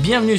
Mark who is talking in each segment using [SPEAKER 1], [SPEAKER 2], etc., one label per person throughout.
[SPEAKER 1] Bienvenue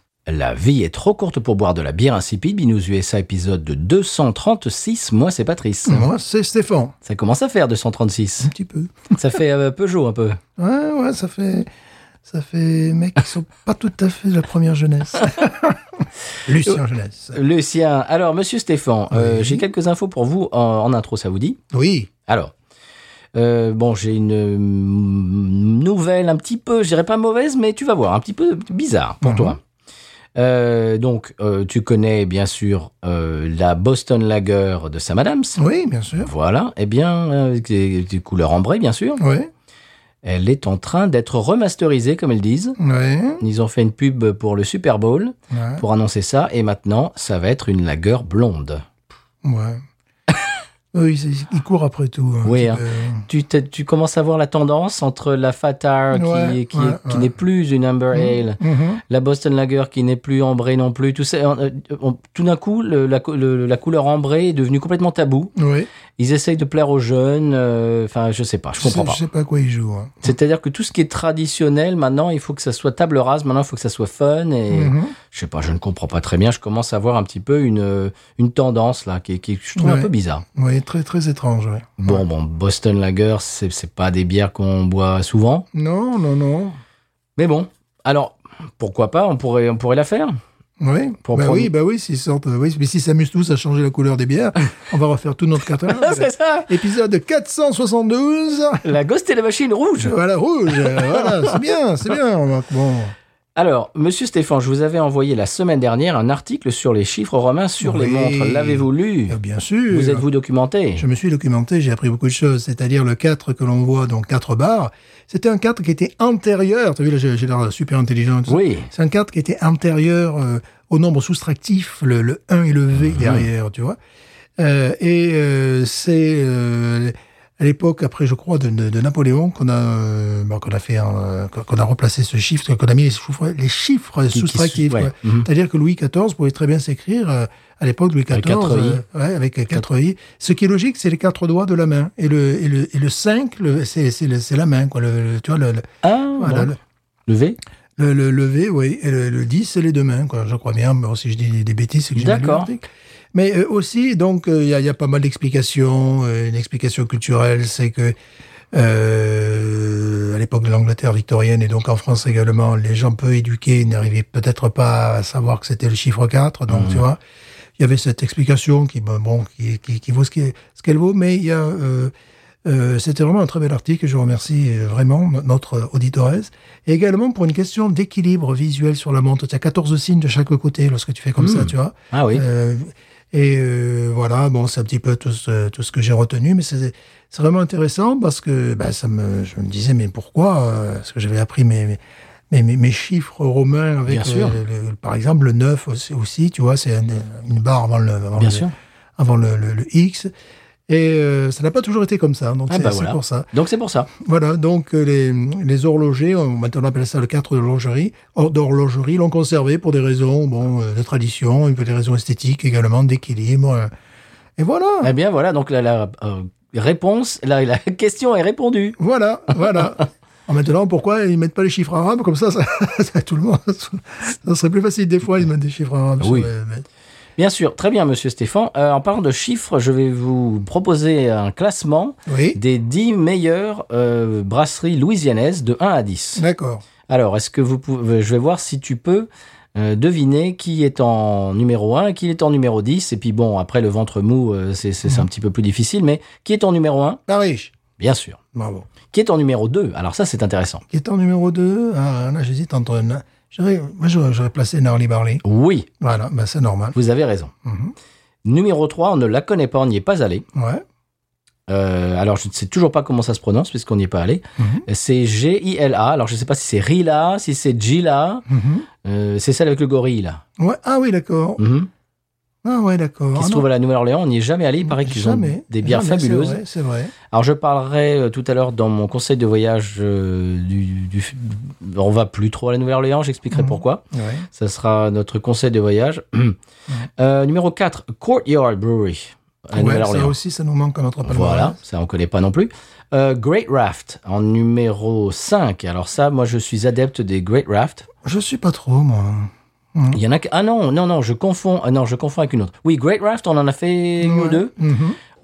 [SPEAKER 1] La vie est trop courte pour boire de la bière insipide. Binous USA épisode de 236. Moi, c'est Patrice.
[SPEAKER 2] Moi, c'est Stéphane.
[SPEAKER 1] Ça commence à faire 236.
[SPEAKER 2] Un petit peu.
[SPEAKER 1] Ça fait euh, Peugeot un peu.
[SPEAKER 2] Ouais, ouais, ça fait. Ça fait mecs qui sont pas tout à fait de la première jeunesse. Lucien Jeunesse.
[SPEAKER 1] Lucien, alors Monsieur Stéphane, euh,
[SPEAKER 2] Oui.
[SPEAKER 1] j'ai quelques infos pour vous en, en intro, ça vous dit
[SPEAKER 2] Oui.
[SPEAKER 1] Alors, euh, bon, j'ai une euh, nouvelle un petit peu, je dirais pas mauvaise, mais tu vas voir, un petit peu bizarre pour
[SPEAKER 2] Mhm.
[SPEAKER 1] toi. Euh, donc, euh, tu connais bien sûr euh, la Boston Lager de Sam Adams.
[SPEAKER 2] Oui, bien sûr.
[SPEAKER 1] Voilà, eh bien, euh, c'est- c'est couleur ambrée, bien sûr.
[SPEAKER 2] Oui.
[SPEAKER 1] Elle est en train d'être remasterisée, comme ils disent.
[SPEAKER 2] Oui. Ouais.
[SPEAKER 1] Ils ont fait une pub pour le Super Bowl
[SPEAKER 2] Ouais.
[SPEAKER 1] pour annoncer ça, et maintenant, ça va être une lager blonde.
[SPEAKER 2] oui, c'est- il court après tout. un
[SPEAKER 1] Oui,
[SPEAKER 2] petit
[SPEAKER 1] hein.
[SPEAKER 2] peu.
[SPEAKER 1] tu, te- tu commences à voir la tendance entre la Fatar qui,
[SPEAKER 2] Ouais,
[SPEAKER 1] qui,
[SPEAKER 2] ouais,
[SPEAKER 1] qui
[SPEAKER 2] ouais.
[SPEAKER 1] n'est plus une Amber Ale,
[SPEAKER 2] Mhm.
[SPEAKER 1] la Boston Lager qui n'est plus ambrée non plus, tout, ça, euh, euh, on- tout d'un coup, le- la, cou- le- la couleur ambrée est devenue complètement tabou.
[SPEAKER 2] Oui.
[SPEAKER 1] Ils essayent de plaire aux jeunes, euh, enfin, je sais pas, je comprends
[SPEAKER 2] sais-
[SPEAKER 1] pas.
[SPEAKER 2] Je sais pas à quoi il joue. hein.
[SPEAKER 1] C'est-à-dire que tout ce qui est traditionnel, maintenant, il faut que ça soit table rase, maintenant, il faut que ça soit fun, et
[SPEAKER 2] Mhm.
[SPEAKER 1] je sais pas, je ne comprends pas très bien, je commence à voir un petit peu une, euh, une tendance, là, qui, qui je trouve un
[SPEAKER 2] Ouais.
[SPEAKER 1] peu bizarre.
[SPEAKER 2] Oui, très, très étrange. ouais.
[SPEAKER 1] Bon, bon, Boston Lager, c'est c'est pas des bières qu'on boit souvent.
[SPEAKER 2] Non, non, non.
[SPEAKER 1] Mais bon, alors pourquoi pas On pourrait, on pourrait la faire.
[SPEAKER 2] Oui.
[SPEAKER 1] Pour
[SPEAKER 2] bah
[SPEAKER 1] prendre-
[SPEAKER 2] oui, bah oui, s'ils sortent, euh, oui, mais s'ils s'amusent tous à changer la couleur des bières, on va refaire tout notre catalogue.
[SPEAKER 1] ça.
[SPEAKER 2] Épisode 472.
[SPEAKER 1] La Ghost et la machine rouge.
[SPEAKER 2] Voilà, rouge. euh, voilà, c'est bien, c'est bien. Remarque, Bon.
[SPEAKER 1] Alors, Monsieur Stéphane, je vous avais envoyé la semaine dernière un article sur les chiffres romains sur les
[SPEAKER 2] Oui.
[SPEAKER 1] montres. L'avez-vous lu
[SPEAKER 2] Euh, Bien sûr.
[SPEAKER 1] Vous êtes-vous documenté
[SPEAKER 2] Je me suis documenté, j'ai appris beaucoup de choses. C'est-à-dire le 4 que l'on voit, donc 4 barres, c'était un 4 qui était antérieur. T'as vu, là, j'ai j'ai l'air super intelligent. et tout ça.
[SPEAKER 1] Oui.
[SPEAKER 2] C'est un 4 qui était antérieur euh, au nombre soustractif, le, le 1 et le V
[SPEAKER 1] Mhm.
[SPEAKER 2] derrière, tu vois. Euh, et euh, c'est euh, à l'époque, après, je crois, de, de- de Napoléon qu'on a, euh, bon, qu'on a fait, un, euh, qu'on qu'on a remplacé ce chiffre, qu'on a mis les chiffres, les chiffres
[SPEAKER 1] qui
[SPEAKER 2] soustractifs.
[SPEAKER 1] sou- ouais.
[SPEAKER 2] quoi.
[SPEAKER 1] Mhm.
[SPEAKER 2] C'est-à-dire que Louis XIV pouvait très bien s'écrire euh, à l'époque Louis XIV
[SPEAKER 1] Avec quatre i.
[SPEAKER 2] euh, ouais, avec 4 i. Ce qui est logique, c'est les quatre doigts de la main et le et le, et le 5, le, c'est c'est le- c'est la main, quoi. Le, le- tu vois le, le-
[SPEAKER 1] Ah,
[SPEAKER 2] voilà,
[SPEAKER 1] bon. le
[SPEAKER 2] le-
[SPEAKER 1] V.
[SPEAKER 2] le, le lever, oui, et le, le 10, c'est les deux mains, quoi. Je crois bien, bon, si je dis des, des bêtises, c'est que j'ai mal lu
[SPEAKER 1] D'accord.
[SPEAKER 2] l'article. Mais euh, aussi, donc, euh, il y, a, il y a pas mal d'explications. Euh, une explication culturelle, c'est que euh, à l'époque de l'Angleterre victorienne et donc en France également, les gens peu éduqués n'arrivaient peut-être pas à savoir que c'était le chiffre 4. Donc, tu vois, il y avait cette explication qui, bon, bon, qui, qui, qui vaut ce qui- ce qu'elle vaut, mais il y a... euh, euh, C'était vraiment un très bel article. Je remercie euh, vraiment no- notre euh, auditoresse. Et également pour une question d'équilibre visuel sur la montre. Tu as 14 signes de chaque côté lorsque tu fais comme ça, tu vois.
[SPEAKER 1] Ah oui.
[SPEAKER 2] Euh, et euh, voilà, bon, c'est un petit peu tout ce, tout ce que j'ai retenu, mais c'est c'est vraiment intéressant parce que bah, ça me, je me disais, mais pourquoi euh, Parce que j'avais appris mes, mes- mes, mes, mes chiffres romains avec,
[SPEAKER 1] Bien
[SPEAKER 2] euh,
[SPEAKER 1] sûr.
[SPEAKER 2] le- le- par exemple, le 9 aussi, aussi, tu vois, c'est un- une barre avant le, avant
[SPEAKER 1] Bien
[SPEAKER 2] le-
[SPEAKER 1] sûr.
[SPEAKER 2] avant le, le- le X. Et euh, ça n'a pas toujours été comme ça, donc
[SPEAKER 1] Ah
[SPEAKER 2] c'est
[SPEAKER 1] bah
[SPEAKER 2] c'est
[SPEAKER 1] voilà.
[SPEAKER 2] pour ça.
[SPEAKER 1] Donc c'est pour ça.
[SPEAKER 2] Voilà, donc euh, les, les horlogers, on, maintenant on appelle ça le 4 d'horlogerie, or- d'horlogerie l'ont conservé pour des raisons bon, euh, de tradition, et puis des raisons esthétiques également, d'équilibre. euh. et voilà,
[SPEAKER 1] Eh bien voilà. Donc la, la, euh, réponse, la, la question est répondue.
[SPEAKER 2] voilà, voilà. Alors maintenant, pourquoi ils mettent pas les chiffres arabes comme ça, ça, ça, tout le monde Ça serait plus facile des fois, ils mettent des chiffres arabes.
[SPEAKER 1] Oui.
[SPEAKER 2] sur les- mais-
[SPEAKER 1] Bien sûr. Très bien, Monsieur Stéphane. Euh, en parlant de chiffres, je vais vous proposer un classement
[SPEAKER 2] Oui,
[SPEAKER 1] des 10 meilleures euh, brasseries louisianaises de 1 à 10.
[SPEAKER 2] d'accord.
[SPEAKER 1] Alors, est-ce que vous pouvez. Je vais voir si tu peux euh, deviner qui est en numéro 1 et qui est en numéro 10. Et puis, bon, après, le ventre mou, euh, c'est c'est- c'est un petit peu plus difficile, mais qui est en numéro 1
[SPEAKER 2] La riche,
[SPEAKER 1] Bien sûr.
[SPEAKER 2] bravo.
[SPEAKER 1] Qui est en numéro 2 Alors, ça, c'est intéressant.
[SPEAKER 2] Qui est en numéro 2 Ah, là j'hésite entre... Na- j'aurais- Moi j'aurais j'aurais placé Narly Barley.
[SPEAKER 1] Oui,
[SPEAKER 2] Voilà, ben, c'est normal.
[SPEAKER 1] vous avez raison.
[SPEAKER 2] Mhm.
[SPEAKER 1] Numéro 3, on ne la connaît pas, on n'y est pas allé.
[SPEAKER 2] Ouais,
[SPEAKER 1] Euh, alors, je ne sais toujours pas comment ça se prononce puisqu'on n'y est pas allé.
[SPEAKER 2] Mhm.
[SPEAKER 1] C'est G-I-L-A. Alors, je ne sais pas si c'est Rila, si c'est Gila.
[SPEAKER 2] Mhm.
[SPEAKER 1] Euh, c'est celle avec le gorille, là.
[SPEAKER 2] Ouais. Ah oui, d'accord.
[SPEAKER 1] Mhm.
[SPEAKER 2] Ah ouais, d'accord.
[SPEAKER 1] Qui
[SPEAKER 2] Ah
[SPEAKER 1] se
[SPEAKER 2] non.
[SPEAKER 1] trouve à la Nouvelle-Orléans. On n'y est jamais allé. Il paraît qu'ils ont
[SPEAKER 2] Jamais.
[SPEAKER 1] des bières
[SPEAKER 2] Jamais, c'est
[SPEAKER 1] fabuleuses.
[SPEAKER 2] vrai, C'est vrai.
[SPEAKER 1] Alors, je parlerai euh, tout à l'heure dans mon conseil de voyage euh, du, du- On va plus trop à la Nouvelle-Orléans. J'expliquerai
[SPEAKER 2] Mhm.
[SPEAKER 1] pourquoi.
[SPEAKER 2] Ouais.
[SPEAKER 1] Ça sera notre conseil de voyage. Euh, numéro 4, Courtyard Brewery. à
[SPEAKER 2] Ouais, ça
[SPEAKER 1] Nouvelle-Orléans.
[SPEAKER 2] aussi, ça nous manque à notre palmarès.
[SPEAKER 1] Voilà, ça on connaît pas non plus. Euh, Great Raft en numéro 5. Alors ça, moi je suis adepte des Great Raft.
[SPEAKER 2] Je suis pas trop, moi.
[SPEAKER 1] Il y en a que- ah non non non je confonds ah non je confonds avec une autre. Oui Great Raft on en a fait une ou
[SPEAKER 2] Ouais.
[SPEAKER 1] deux.
[SPEAKER 2] Mhm.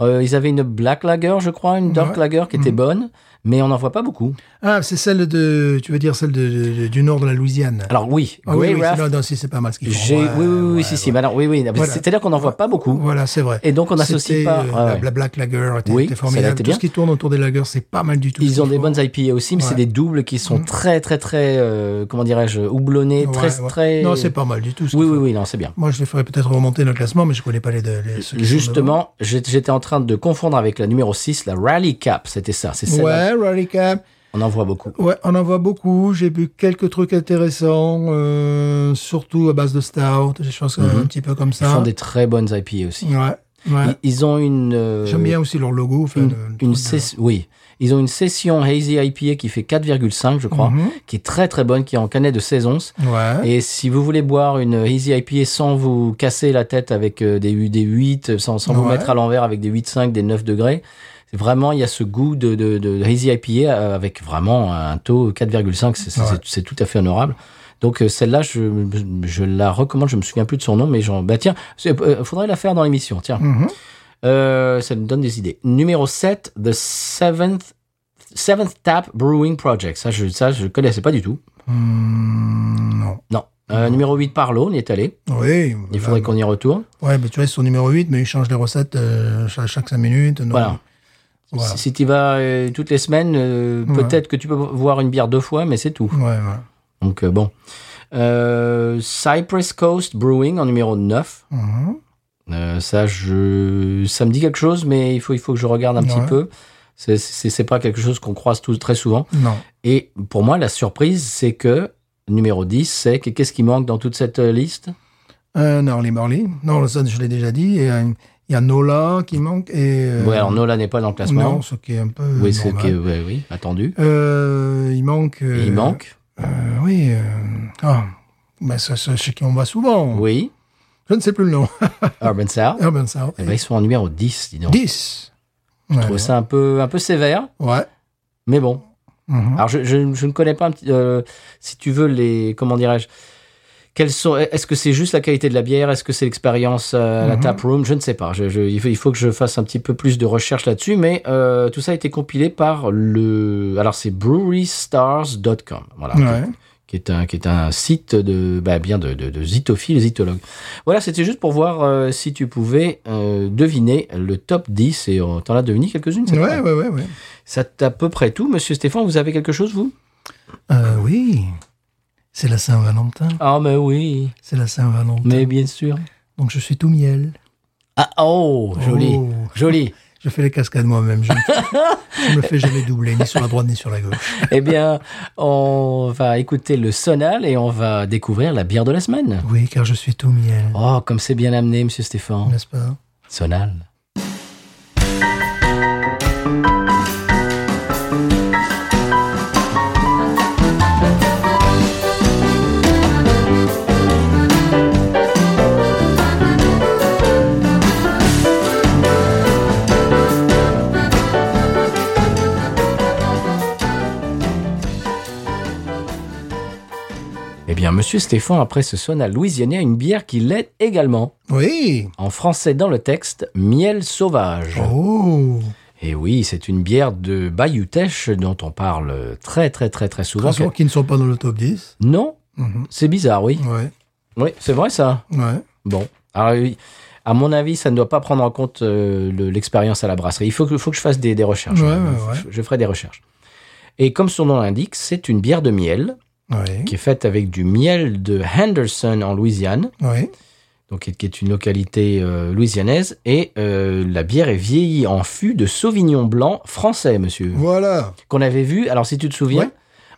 [SPEAKER 1] Euh, ils avaient une black lager je crois, une dark
[SPEAKER 2] Ouais. Mhm.
[SPEAKER 1] lager qui était bonne, mais on n'en voit pas beaucoup.
[SPEAKER 2] Ah, c'est celle de. Tu veux dire celle de, de- du nord de la Louisiane
[SPEAKER 1] Alors oui
[SPEAKER 2] Ah
[SPEAKER 1] Great
[SPEAKER 2] oui, oui,
[SPEAKER 1] Raft.
[SPEAKER 2] non, non, si, c'est pas mal ce qu'ils font.
[SPEAKER 1] J'ai
[SPEAKER 2] Ouais,
[SPEAKER 1] oui oui oui
[SPEAKER 2] ouais,
[SPEAKER 1] si
[SPEAKER 2] ouais.
[SPEAKER 1] si mais alors oui oui mais
[SPEAKER 2] Voilà.
[SPEAKER 1] c'est-à-dire qu'on n'en voit pas beaucoup.
[SPEAKER 2] Voilà, c'est vrai.
[SPEAKER 1] Et donc, on n'associe
[SPEAKER 2] C'était,
[SPEAKER 1] pas-
[SPEAKER 2] euh,
[SPEAKER 1] ouais,
[SPEAKER 2] la,
[SPEAKER 1] ouais.
[SPEAKER 2] la Black Lager était,
[SPEAKER 1] Oui,
[SPEAKER 2] était
[SPEAKER 1] ça
[SPEAKER 2] formidable.
[SPEAKER 1] l'était
[SPEAKER 2] Tout
[SPEAKER 1] bien.
[SPEAKER 2] ce qui tourne autour des lagers, c'est pas mal du tout. ce
[SPEAKER 1] Ils ont
[SPEAKER 2] qu'ils
[SPEAKER 1] des
[SPEAKER 2] font.
[SPEAKER 1] bonnes IPA aussi, mais
[SPEAKER 2] Ouais. Mhm.
[SPEAKER 1] c'est des doubles qui sont très très très euh, comment dirais-je houblonnés,
[SPEAKER 2] Ouais,
[SPEAKER 1] très
[SPEAKER 2] ouais.
[SPEAKER 1] très.
[SPEAKER 2] Non, c'est pas mal du tout. ce
[SPEAKER 1] Oui
[SPEAKER 2] qu'ils
[SPEAKER 1] oui
[SPEAKER 2] font.
[SPEAKER 1] oui non c'est bien.
[SPEAKER 2] Moi, je les ferais peut-être remonter dans le classement, mais je connais pas les deux. les- ceux qui sont devant.
[SPEAKER 1] Justement, j'ai- j'étais en train de confondre avec la numéro 6, la Rally Cap, c'était ça, c'est celle-là.
[SPEAKER 2] Ouais, Rally Cap.
[SPEAKER 1] On en voit beaucoup.
[SPEAKER 2] Ouais, on en voit beaucoup. J'ai bu quelques trucs intéressants, euh, surtout à base de stout, des choses euh,
[SPEAKER 1] Mhm.
[SPEAKER 2] un petit peu comme
[SPEAKER 1] Ils
[SPEAKER 2] ça.
[SPEAKER 1] font des très bonnes IPA aussi.
[SPEAKER 2] Ouais, ouais.
[SPEAKER 1] Ils, ils ont une euh,
[SPEAKER 2] J'aime bien euh, aussi leur logo. enfin,
[SPEAKER 1] une,
[SPEAKER 2] le- le
[SPEAKER 1] une
[SPEAKER 2] truc de-
[SPEAKER 1] sess- oui, ils ont une session hazy IPA qui fait 4,5 je crois,
[SPEAKER 2] Mhm.
[SPEAKER 1] qui est très très bonne, qui est en canette de 16 onces.
[SPEAKER 2] Ouais.
[SPEAKER 1] Et si vous voulez boire une Easy IPA sans vous casser la tête avec euh, des, hu- des 8, sans, sans vous
[SPEAKER 2] Ouais.
[SPEAKER 1] mettre à l'envers avec des 8, 5, des 9 degrés, c'est vraiment, il y a ce goût de, de, de Easy IPA euh, avec vraiment un taux 4,5, c'est- c'est
[SPEAKER 2] Ouais.
[SPEAKER 1] c'est- c'est tout à fait honorable. Donc euh, celle-là, je, je la recommande, je me souviens plus de son nom, mais j'en... Bah tiens, c'est- euh, faudrait la faire dans l'émission, tiens.
[SPEAKER 2] Mhm.
[SPEAKER 1] Euh, ça me donne des idées. Numéro 7, The Seventh, seventh Tap Brewing Project. Ça, je ça, je connaissais pas du tout.
[SPEAKER 2] Hmm, non.
[SPEAKER 1] Non. Euh, numéro 8, Parlo, on y est allé.
[SPEAKER 2] Oui.
[SPEAKER 1] Il faudrait qu'on y retourne.
[SPEAKER 2] Ouais, mais tu restes sur numéro 8, mais ils changent les recettes euh, cha- chaque 5 minutes. donc-
[SPEAKER 1] Voilà.
[SPEAKER 2] Voilà.
[SPEAKER 1] Si, tu vas euh, toutes les semaines, euh,
[SPEAKER 2] Ouais.
[SPEAKER 1] peut-être que tu peux voir une bière deux fois, mais c'est tout.
[SPEAKER 2] Ouais, ouais.
[SPEAKER 1] Donc euh, bon. Euh, Cypress Coast Brewing en numéro 9.
[SPEAKER 2] Mhm.
[SPEAKER 1] Euh, ça, je... ça me dit quelque chose, mais il faut, il faut que je regarde un
[SPEAKER 2] Ouais.
[SPEAKER 1] petit peu. C'est- C'est c'est pas quelque chose qu'on croise tous très souvent.
[SPEAKER 2] Non.
[SPEAKER 1] Et pour moi, la surprise, c'est que numéro 10, c'est que- qu'est-ce qui manque dans toute cette euh, liste
[SPEAKER 2] Euh, Norley Morley. Non, ça, je l'ai déjà dit. Et, euh, Il y a Nola qui manque. Et, euh,
[SPEAKER 1] Ouais, alors Nola n'est pas dans le classement.
[SPEAKER 2] Non, ce qui est un peu.
[SPEAKER 1] oui, c'est
[SPEAKER 2] normal.
[SPEAKER 1] que- ouais, oui, attendu.
[SPEAKER 2] Euh, il manque.
[SPEAKER 1] Et
[SPEAKER 2] euh,
[SPEAKER 1] il manque.
[SPEAKER 2] euh, oui. euh, ah, ben, c'est c'est chez qui on va souvent.
[SPEAKER 1] Oui.
[SPEAKER 2] Je ne sais plus le nom. Ah,
[SPEAKER 1] Urban South.
[SPEAKER 2] Urban South.
[SPEAKER 1] Eh ben, ils sont en numéro 10, dis donc.
[SPEAKER 2] 10.
[SPEAKER 1] Je trouve ça un peu, un peu sévère,
[SPEAKER 2] Ouais.
[SPEAKER 1] mais bon.
[SPEAKER 2] Mhm.
[SPEAKER 1] Alors, je, je- je ne connais pas, un petit- euh, si tu veux, les. Comment dirais-je quels sont, est-ce que c'est juste la qualité de la bière Est-ce que c'est l'expérience euh, à la
[SPEAKER 2] Mhm.
[SPEAKER 1] tap room Je ne sais pas. Je- je- il, faut, il faut que je fasse un petit peu plus de recherche là-dessus, mais euh, tout ça a été compilé par le. Alors c'est brewerystars.com, voilà,
[SPEAKER 2] Ouais.
[SPEAKER 1] qui, est un, qui est un site de, bah, bien de, de, de zytophiles, zytologues. Voilà, c'était juste pour voir euh, si tu pouvais euh, deviner le top 10 et euh, t'en as deviné quelques-unes. c'est
[SPEAKER 2] Ouais,
[SPEAKER 1] vrai
[SPEAKER 2] ouais, ouais, ouais.
[SPEAKER 1] c'est à peu près tout. Monsieur Stéphane, vous avez quelque chose, vous
[SPEAKER 2] Euh, oui. C'est la Saint-Valentin.
[SPEAKER 1] Ah, mais oui,
[SPEAKER 2] C'est la Saint-Valentin.
[SPEAKER 1] mais bien sûr.
[SPEAKER 2] Donc je suis tout miel.
[SPEAKER 1] Ah, oh, joli,
[SPEAKER 2] Oh.
[SPEAKER 1] joli.
[SPEAKER 2] Je fais les cascades moi-même. Je ne me fais jamais doubler, ni sur la droite, ni sur la gauche.
[SPEAKER 1] eh bien, on va écouter le sonal et on va découvrir la bière de la semaine.
[SPEAKER 2] Oui, car je suis tout miel.
[SPEAKER 1] Oh, comme c'est bien amené, Monsieur Stéphane.
[SPEAKER 2] N'est-ce pas
[SPEAKER 1] Sonal. Eh bien, Monsieur Stéphane, après ce sonal louisianais, a une bière qui l'aide également.
[SPEAKER 2] Oui.
[SPEAKER 1] En français dans le texte, miel sauvage.
[SPEAKER 2] Oh.
[SPEAKER 1] Et oui, c'est une bière de Bayutech dont on parle très très très très souvent.
[SPEAKER 2] Rassure qui ne sont pas dans le top 10.
[SPEAKER 1] Non,
[SPEAKER 2] Mhm.
[SPEAKER 1] c'est bizarre, oui.
[SPEAKER 2] Ouais.
[SPEAKER 1] Oui, c'est vrai ça.
[SPEAKER 2] Ouais.
[SPEAKER 1] Bon, alors oui, à mon avis, ça ne doit pas prendre en compte euh, le- l'expérience à la brasserie. Il faut que, faut que je fasse des, des recherches. hein.
[SPEAKER 2] Ouais, ouais, ouais.
[SPEAKER 1] Je, je ferai des recherches. Et comme son nom l'indique, c'est une bière de miel
[SPEAKER 2] Ouais.
[SPEAKER 1] qui est faite avec du miel de Henderson en Louisiane.
[SPEAKER 2] Ouais.
[SPEAKER 1] donc qui est- qui est une localité euh, louisianaise. Et euh, la bière est vieillie en fût de Sauvignon blanc français, monsieur,
[SPEAKER 2] Voilà.
[SPEAKER 1] qu'on avait vu. Alors, si tu te souviens,
[SPEAKER 2] Ouais.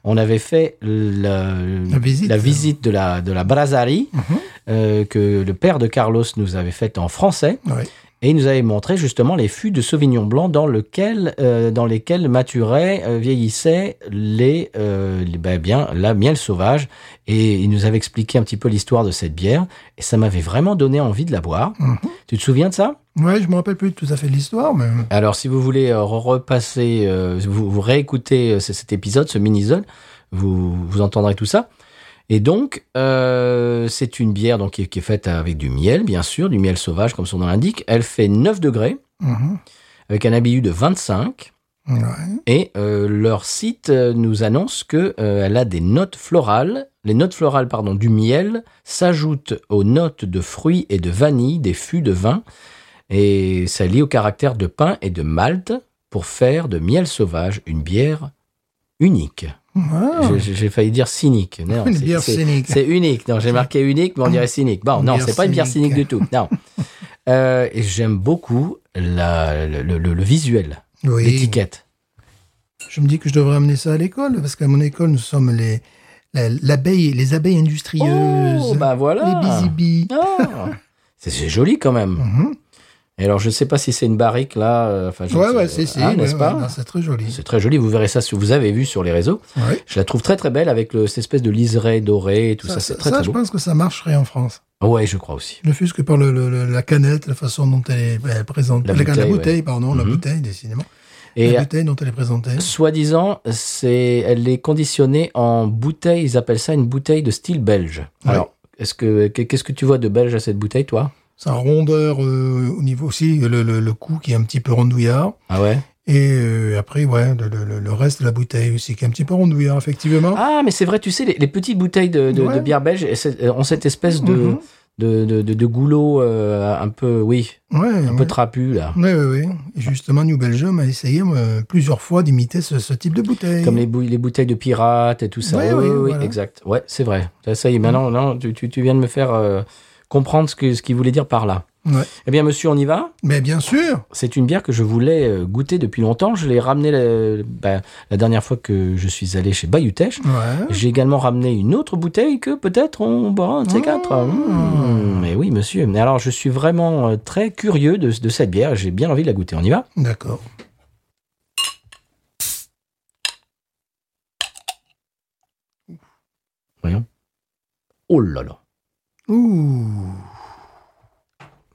[SPEAKER 1] on avait fait le-
[SPEAKER 2] La visite.
[SPEAKER 1] la visite de la, de la brasserie
[SPEAKER 2] Mhm.
[SPEAKER 1] euh, que le père de Carlos nous avait faite en français.
[SPEAKER 2] Ouais.
[SPEAKER 1] Et il nous avait montré justement les fûts de Sauvignon blanc dans, lequel, euh, dans lesquels maturaient, euh, vieillissaient les, euh, les- ben bien, la miel sauvage. Et il nous avait expliqué un petit peu l'histoire de cette bière. Et ça m'avait vraiment donné envie de la boire.
[SPEAKER 2] Mhm.
[SPEAKER 1] Tu te souviens de ça
[SPEAKER 2] Ouais, je me rappelle plus tout à fait de l'histoire, mais
[SPEAKER 1] Alors, si vous voulez euh, repasser, euh, vous, vous réécoutez euh, c- cet épisode, ce mini-zone, vous, vous entendrez tout ça. Et donc, euh, c'est une bière donc, qui, est- qui est faite avec du miel, bien sûr, du miel sauvage, comme son nom l'indique. Elle fait 9 degrés.
[SPEAKER 2] Mhm.
[SPEAKER 1] avec un ABU de 25.
[SPEAKER 2] Ouais.
[SPEAKER 1] Et euh, leur site euh, nous annonce que euh, elle a des notes florales. Les notes florales pardon, du miel s'ajoutent aux notes de fruits et de vanille des fûts de vin. Et ça lie au caractère de pain et de malt pour faire de miel sauvage une bière unique.
[SPEAKER 2] Ah,
[SPEAKER 1] Je- je- J'ai failli dire cynique. Non,
[SPEAKER 2] une
[SPEAKER 1] c'est-
[SPEAKER 2] bière
[SPEAKER 1] c'est-
[SPEAKER 2] scénique.
[SPEAKER 1] c'est unique. Non, j'ai marqué unique, mais on dirait cynique. Bon,
[SPEAKER 2] Une
[SPEAKER 1] non,
[SPEAKER 2] bière
[SPEAKER 1] c'est pas une bière cynique
[SPEAKER 2] cynique.
[SPEAKER 1] du tout. Non. Euh, et J'aime beaucoup la- le, le- le- le visuel,
[SPEAKER 2] Oui.
[SPEAKER 1] l'étiquette.
[SPEAKER 2] Je me dis que je devrais amener ça à l'école, parce qu'à mon école, nous sommes les la- l'abeille, les abeilles industrieuses,
[SPEAKER 1] Oh, bah voilà.
[SPEAKER 2] les bisibis.
[SPEAKER 1] Ah. C'est c'est joli quand même.
[SPEAKER 2] Mhm.
[SPEAKER 1] Et alors, je sais pas si c'est une barrique là. euh, Enfin, je ne
[SPEAKER 2] Ouais,
[SPEAKER 1] sais-
[SPEAKER 2] ouais, c'est, c'est,
[SPEAKER 1] Ah,
[SPEAKER 2] ouais,
[SPEAKER 1] n'est-ce
[SPEAKER 2] ouais,
[SPEAKER 1] pas
[SPEAKER 2] non, c'est très joli.
[SPEAKER 1] C'est très joli. Vous verrez ça si vous avez vu sur les réseaux.
[SPEAKER 2] Ouais.
[SPEAKER 1] Je la trouve très très belle avec le, cette espèce de liseré doré et tout ça.
[SPEAKER 2] Ça,
[SPEAKER 1] C'est
[SPEAKER 2] ça-
[SPEAKER 1] très
[SPEAKER 2] ça,
[SPEAKER 1] très
[SPEAKER 2] je
[SPEAKER 1] beau.
[SPEAKER 2] pense que ça marcherait en France.
[SPEAKER 1] Ouais, je crois aussi.
[SPEAKER 2] Ne fût-ce que par le, le- le- la canette, la façon dont elle est euh, présentée.
[SPEAKER 1] La
[SPEAKER 2] La, la
[SPEAKER 1] bouteille, ouais.
[SPEAKER 2] bouteille, pardon, la
[SPEAKER 1] Mhm.
[SPEAKER 2] bouteille, décidément.
[SPEAKER 1] Et euh,
[SPEAKER 2] la bouteille dont elle est présentée.
[SPEAKER 1] Soi-disant, c'est, elle est conditionnée en bouteille. Ils appellent ça une bouteille de style belge.
[SPEAKER 2] Ouais.
[SPEAKER 1] Alors, est-ce que que- qu'est-ce que tu vois de belge à cette bouteille, toi
[SPEAKER 2] Sa rondeur euh, au niveau aussi, le, le- le cou qui est un petit peu rondouillard.
[SPEAKER 1] Ah ouais.
[SPEAKER 2] Et euh, après, ouais, le, le- le- le reste de la bouteille aussi, qui est un petit peu rondouillard, effectivement.
[SPEAKER 1] Ah, mais c'est vrai. Tu sais, les, les petites bouteilles de, de, de
[SPEAKER 2] Ouais.
[SPEAKER 1] bière belge elles- elles ont cette espèce de
[SPEAKER 2] Mhm.
[SPEAKER 1] de, de, de- de goulot euh, un peu, oui,
[SPEAKER 2] ouais,
[SPEAKER 1] un peu trapu là.
[SPEAKER 2] Oui, oui, oui. Et justement, New Belgium a essayé euh, plusieurs fois d'imiter ce, ce type de bouteille.
[SPEAKER 1] Comme les, bou- les bouteilles de pirates et tout ça.
[SPEAKER 2] Ouais,
[SPEAKER 1] oui,
[SPEAKER 2] ouais,
[SPEAKER 1] oui, oui,
[SPEAKER 2] voilà. Mm.
[SPEAKER 1] exact. Ouais, c'est vrai. Ça, ça y est, maintenant, non, tu, tu, tu viens de me faire euh, comprendre ce que ce qu'il voulait dire par là.
[SPEAKER 2] Ouais.
[SPEAKER 1] Eh bien, monsieur, on y va
[SPEAKER 2] Mais bien sûr
[SPEAKER 1] C'est une bière que je voulais euh, goûter depuis longtemps. Je l'ai ramenée la, ben, la dernière fois que je suis allé chez Bayutech.
[SPEAKER 2] Ouais.
[SPEAKER 1] J'ai également ramené une autre bouteille que peut-être on boira un de ces
[SPEAKER 2] Mmh.
[SPEAKER 1] quatre. Mmh. Mais oui, monsieur. Mais alors, je suis vraiment euh, très curieux de, de cette bière. J'ai bien envie de la goûter. On y va
[SPEAKER 2] D'accord.
[SPEAKER 1] Oh là là
[SPEAKER 2] Ouh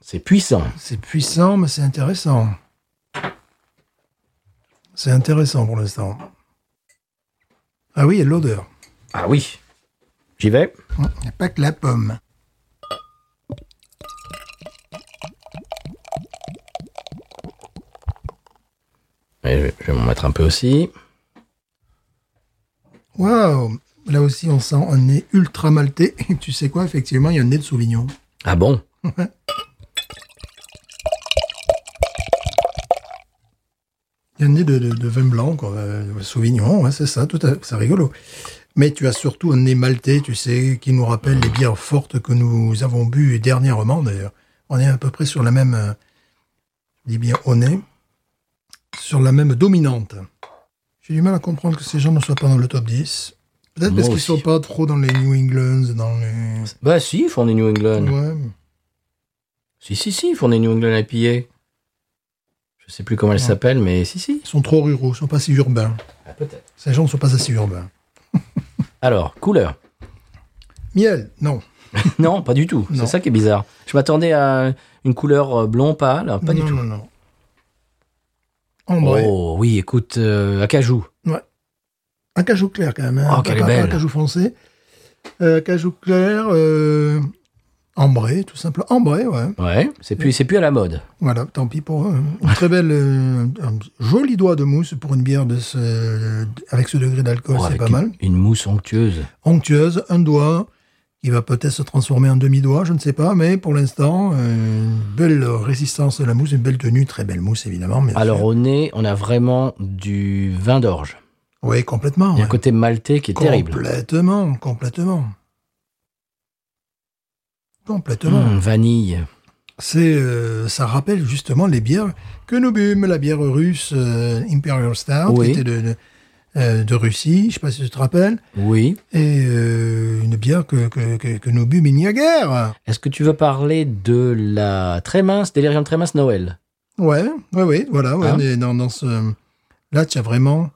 [SPEAKER 1] C'est puissant.
[SPEAKER 2] C'est puissant, mais c'est intéressant. C'est intéressant pour l'instant. Ah oui, et l'odeur.
[SPEAKER 1] Ah oui J'y vais.
[SPEAKER 2] Hum, il n'y a pas que la pomme.
[SPEAKER 1] Et je vais, je vais m'en mettre un peu aussi.
[SPEAKER 2] Waouh Là aussi, on sent un nez ultra maltais. Et tu sais quoi, effectivement, il y a un nez de Sauvignon.
[SPEAKER 1] Ah bon
[SPEAKER 2] Il y a un nez de, de- de vin blanc, quoi. euh, Sauvignon, ouais, c'est ça, tout à c'est rigolo. Mais tu as surtout un nez maltais, tu sais, qui nous rappelle les bières fortes que nous avons bu dernièrement, d'ailleurs. On est à peu près sur la même, euh, je dis bien on est, sur la même dominante. J'ai du mal à comprendre que ces gens ne soient pas dans le top 10. Peut-être
[SPEAKER 1] Moi
[SPEAKER 2] parce qu'ils
[SPEAKER 1] aussi.
[SPEAKER 2] sont pas trop dans les New Englands, dans les...
[SPEAKER 1] Bah si, ils font des New England.
[SPEAKER 2] Ouais.
[SPEAKER 1] Si, si, si, ils font des New England à piller. Je sais plus comment elle
[SPEAKER 2] Ouais.
[SPEAKER 1] s'appelle, mais si, si.
[SPEAKER 2] Ils sont trop ruraux, ils sont pas si urbains.
[SPEAKER 1] Ah, peut-être.
[SPEAKER 2] Ces gens ne sont pas assez urbains.
[SPEAKER 1] Alors, couleur.
[SPEAKER 2] Miel, non.
[SPEAKER 1] Non, pas du tout. C'est
[SPEAKER 2] Non.
[SPEAKER 1] ça qui est bizarre. Je m'attendais à une couleur euh, blond pâle, pas du
[SPEAKER 2] non,
[SPEAKER 1] tout.
[SPEAKER 2] non, non. Ambré.
[SPEAKER 1] Oh oui, écoute, euh, acajou.
[SPEAKER 2] Un cajou clair quand même. hein.
[SPEAKER 1] Oh, qu'elle
[SPEAKER 2] Pas-
[SPEAKER 1] est
[SPEAKER 2] pas
[SPEAKER 1] belle.
[SPEAKER 2] Un cajou foncé. Euh, cajou clair, euh, ambré, tout simplement. Ambré, ouais.
[SPEAKER 1] Ouais, c'est plus, c'est plus à la mode.
[SPEAKER 2] Voilà, tant pis pour eux. hein. Une très belle, euh, un joli doigt de mousse pour une bière de ce, avec ce degré d'alcool,
[SPEAKER 1] Oh,
[SPEAKER 2] c'est
[SPEAKER 1] avec
[SPEAKER 2] pas
[SPEAKER 1] une,
[SPEAKER 2] mal.
[SPEAKER 1] Une mousse onctueuse.
[SPEAKER 2] Onctueuse, un doigt qui va peut-être se transformer en demi-doigt, je ne sais pas, mais pour l'instant, euh, une belle résistance de la mousse, une belle tenue, très belle mousse évidemment. bien
[SPEAKER 1] Alors
[SPEAKER 2] sûr.
[SPEAKER 1] au nez, on a vraiment du vin d'orge.
[SPEAKER 2] oui,
[SPEAKER 1] Il
[SPEAKER 2] complètement.
[SPEAKER 1] y a
[SPEAKER 2] ouais.
[SPEAKER 1] un côté maltais qui est terrible.
[SPEAKER 2] Complètement, complètement. Complètement.
[SPEAKER 1] Hum, vanille.
[SPEAKER 2] C'est, euh, ça rappelle justement les bières que nous bûmes, la bière russe euh, Imperial Stout,
[SPEAKER 1] Oui.
[SPEAKER 2] qui était de, de, euh, de Russie, je ne sais pas si tu te rappelles,
[SPEAKER 1] Oui.
[SPEAKER 2] et euh, une bière que, que, que, que nous bûmes il n'y a guère.
[SPEAKER 1] Est-ce que tu veux parler de la très mince, délirium très mince Noël
[SPEAKER 2] Ouais, ouais, ouais, voilà, ouais,
[SPEAKER 1] Hein
[SPEAKER 2] on est dans, dans ce... Là, tu as vraiment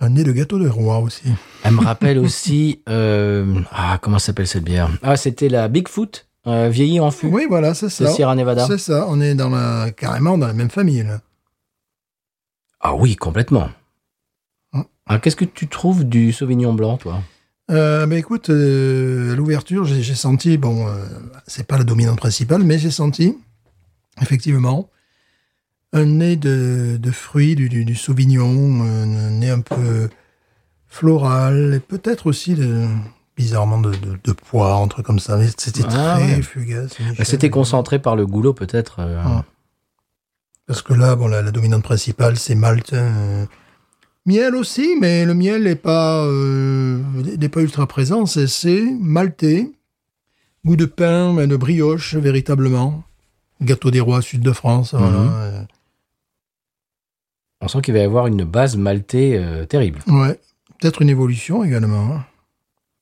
[SPEAKER 2] un nez de gâteau de roi aussi.
[SPEAKER 1] Elle me rappelle aussi. euh, ah, comment s'appelle cette bière Ah, c'était la Bigfoot, euh, vieillie en fût.
[SPEAKER 2] Oui, voilà, c'est
[SPEAKER 1] de
[SPEAKER 2] ça.
[SPEAKER 1] Sierra Nevada.
[SPEAKER 2] C'est ça, on est dans la, carrément dans la même famille, là.
[SPEAKER 1] Ah oui, complètement.
[SPEAKER 2] Hum.
[SPEAKER 1] Ah, Qu'est-ce que tu trouves du Sauvignon Blanc, toi
[SPEAKER 2] Euh, bah écoute, euh, à l'ouverture, j'ai j'ai senti, bon, euh, c'est pas la dominante principale, mais j'ai senti, effectivement, un nez de, de fruits, du, du, du sauvignon, euh, un nez un peu floral, et peut-être aussi de, bizarrement de, de, de poire, un truc comme ça. Mais c'était
[SPEAKER 1] Ah,
[SPEAKER 2] très
[SPEAKER 1] ouais.
[SPEAKER 2] fugace.
[SPEAKER 1] Bah,
[SPEAKER 2] Michel.
[SPEAKER 1] C'était concentré par le goulot, peut-être. euh,
[SPEAKER 2] Hum. Parce que là, bon, la, la dominante principale, c'est Malte. euh, miel aussi, mais le miel n'est pas, euh, n'est pas ultra présent. C'est- C'est maltais. Goût de pain, mais de brioche, véritablement. Gâteau des rois, sud de France. voilà,
[SPEAKER 1] Mhm.
[SPEAKER 2] euh,
[SPEAKER 1] On sent qu'il va y avoir une base maltaise euh, terrible.
[SPEAKER 2] ouais. Peut-être une évolution également. hein.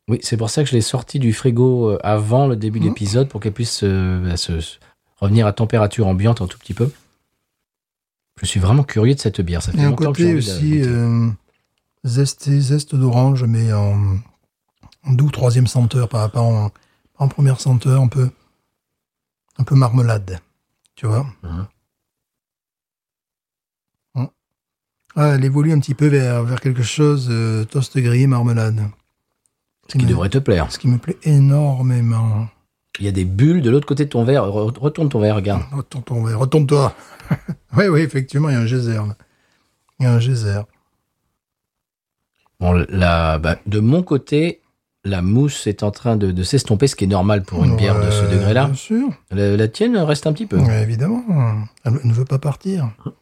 [SPEAKER 1] Oui, c'est pour ça que je l'ai sortie du frigo euh, avant le début de
[SPEAKER 2] Mhm.
[SPEAKER 1] l'épisode pour qu'elle puisse euh, bah, se, se- revenir à température ambiante un tout petit peu. Je suis vraiment curieux de cette bière. Ça fait
[SPEAKER 2] Et un
[SPEAKER 1] longtemps que j'ai
[SPEAKER 2] côté
[SPEAKER 1] envie de la
[SPEAKER 2] aussi
[SPEAKER 1] goûter.
[SPEAKER 2] euh, zesté, zeste d'orange, mais en, en doux troisième senteur, pas, pas en, pas en première senteur, un peu, un peu marmelade, tu vois.
[SPEAKER 1] Mhm.
[SPEAKER 2] Mm. Ah, elle évolue un petit peu vers, vers quelque chose euh, toast grillé marmelade.
[SPEAKER 1] ce qui
[SPEAKER 2] me-
[SPEAKER 1] devrait te plaire.
[SPEAKER 2] Ce qui me plaît énormément.
[SPEAKER 1] Il y a des bulles de l'autre côté de ton verre. Re- Retourne ton verre, regarde.
[SPEAKER 2] Retourne, ton verre, retourne-toi. oui, oui, effectivement, il y a un geyser. là. Il y a un geyser.
[SPEAKER 1] Bon, la- bah, de mon côté, la mousse est en train de, de s'estomper, ce qui est normal pour une bière de ce
[SPEAKER 2] Ouais,
[SPEAKER 1] degré-là.
[SPEAKER 2] Bien sûr.
[SPEAKER 1] La, la tienne reste un petit peu.
[SPEAKER 2] Ouais, évidemment, elle ne veut pas partir. Elle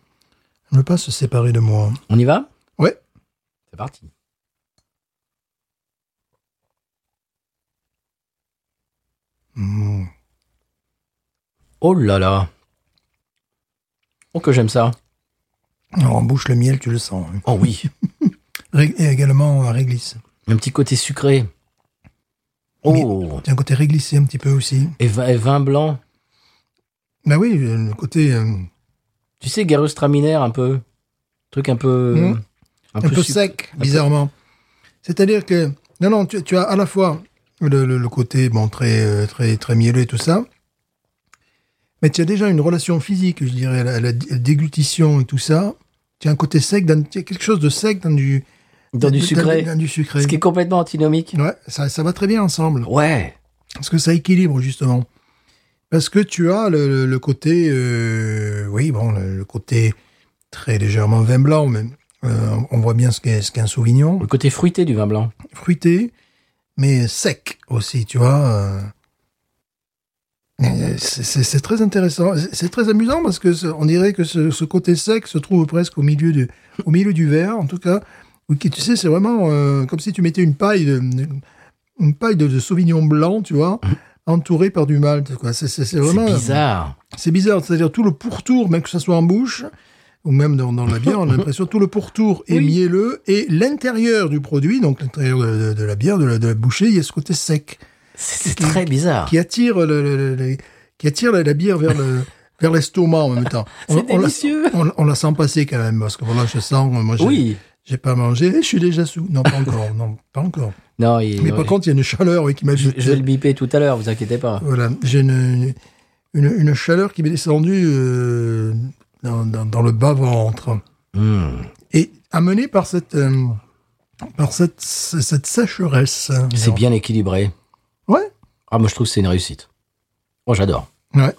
[SPEAKER 2] ne veut pas se séparer de moi.
[SPEAKER 1] On y va
[SPEAKER 2] Ouais.
[SPEAKER 1] C'est parti.
[SPEAKER 2] Mm.
[SPEAKER 1] Oh là là. Oh que j'aime ça.
[SPEAKER 2] Alors, en bouche, le miel, tu le sens. hein.
[SPEAKER 1] Oh oui.
[SPEAKER 2] Ré- Et également, euh, réglisse.
[SPEAKER 1] Un petit côté sucré. Oh.
[SPEAKER 2] Tiens, côté réglissé un petit peu aussi.
[SPEAKER 1] Et vin, et vin blanc.
[SPEAKER 2] Bah oui, euh, le côté euh, un,
[SPEAKER 1] Tu sais, Garus traminaire un peu. Truc un peu.
[SPEAKER 2] Mhm. peu,
[SPEAKER 1] sucré.
[SPEAKER 2] sec,
[SPEAKER 1] un peu-
[SPEAKER 2] bizarrement. C'est-à-dire que, non, non, tu, tu as à la fois le, le- le côté, bon, très, euh, très, très mielleux et tout ça. Mais tu as déjà une relation physique, je dirais, à la, à la dé- déglutition et tout ça. Tu as un côté sec, dans- tu as quelque chose de sec dans du,
[SPEAKER 1] Dans du sucré.
[SPEAKER 2] Dans, dans du sucré.
[SPEAKER 1] Ce qui est complètement antinomique.
[SPEAKER 2] Ouais, ça, ça va très bien ensemble.
[SPEAKER 1] Ouais.
[SPEAKER 2] Parce que ça équilibre, justement. Parce que tu as le, le- le côté, euh, oui, bon, le, le côté très légèrement vin blanc, mais euh, on voit bien ce qu'est ce qu'est un Sauvignon.
[SPEAKER 1] Le côté fruité du vin blanc.
[SPEAKER 2] Fruité, mais sec aussi, tu vois. euh. Euh, c'est- C'est c'est très intéressant. C'est- C'est très amusant parce que ce- on dirait que ce, ce côté sec se trouve presque au milieu du, au milieu du verre, en tout cas. Ou qui, tu sais, c'est vraiment euh, comme si tu mettais une paille de, une paille de, de sauvignon blanc, tu vois, entourée par du malt. quoi. C'est- C'est c'est
[SPEAKER 1] C'est
[SPEAKER 2] vraiment.
[SPEAKER 1] bizarre.
[SPEAKER 2] C'est bizarre, c'est-à-dire tout le pourtour, même que ça soit en bouche, ou même dans, dans la bière, on a l'impression que tout le pourtour est
[SPEAKER 1] Oui.
[SPEAKER 2] mielleux, et l'intérieur du produit, donc l'intérieur de, de- de la bière, de la, de la bouchée, il y a ce côté sec,
[SPEAKER 1] C'est c'est très bizarre.
[SPEAKER 2] qui attire, le, le- le- le- qui attire la, la bière vers le... Vers l'estomac en même temps.
[SPEAKER 1] C'est
[SPEAKER 2] la-
[SPEAKER 1] délicieux.
[SPEAKER 2] On, on la sent passer quand même, parce que voilà, je sens, moi j'ai
[SPEAKER 1] Oui.
[SPEAKER 2] j'ai pas mangé, et je suis déjà sous. Non, pas encore, non, pas encore.
[SPEAKER 1] Non, il-
[SPEAKER 2] Mais par contre, il y a une chaleur oui, qui m'a
[SPEAKER 1] je, je vais le biper tout à l'heure, vous inquiétez pas.
[SPEAKER 2] Voilà, j'ai une, une, une chaleur qui m'est descendue euh, dans, dans- dans le bas-ventre.
[SPEAKER 1] Mhm.
[SPEAKER 2] Et amenée par cette, euh, par cette, ce- cette sécheresse. hein,
[SPEAKER 1] C'est
[SPEAKER 2] disons.
[SPEAKER 1] bien équilibré.
[SPEAKER 2] Ouais,
[SPEAKER 1] Ah, moi je trouve que c'est une réussite. Moi j'adore.
[SPEAKER 2] ouais.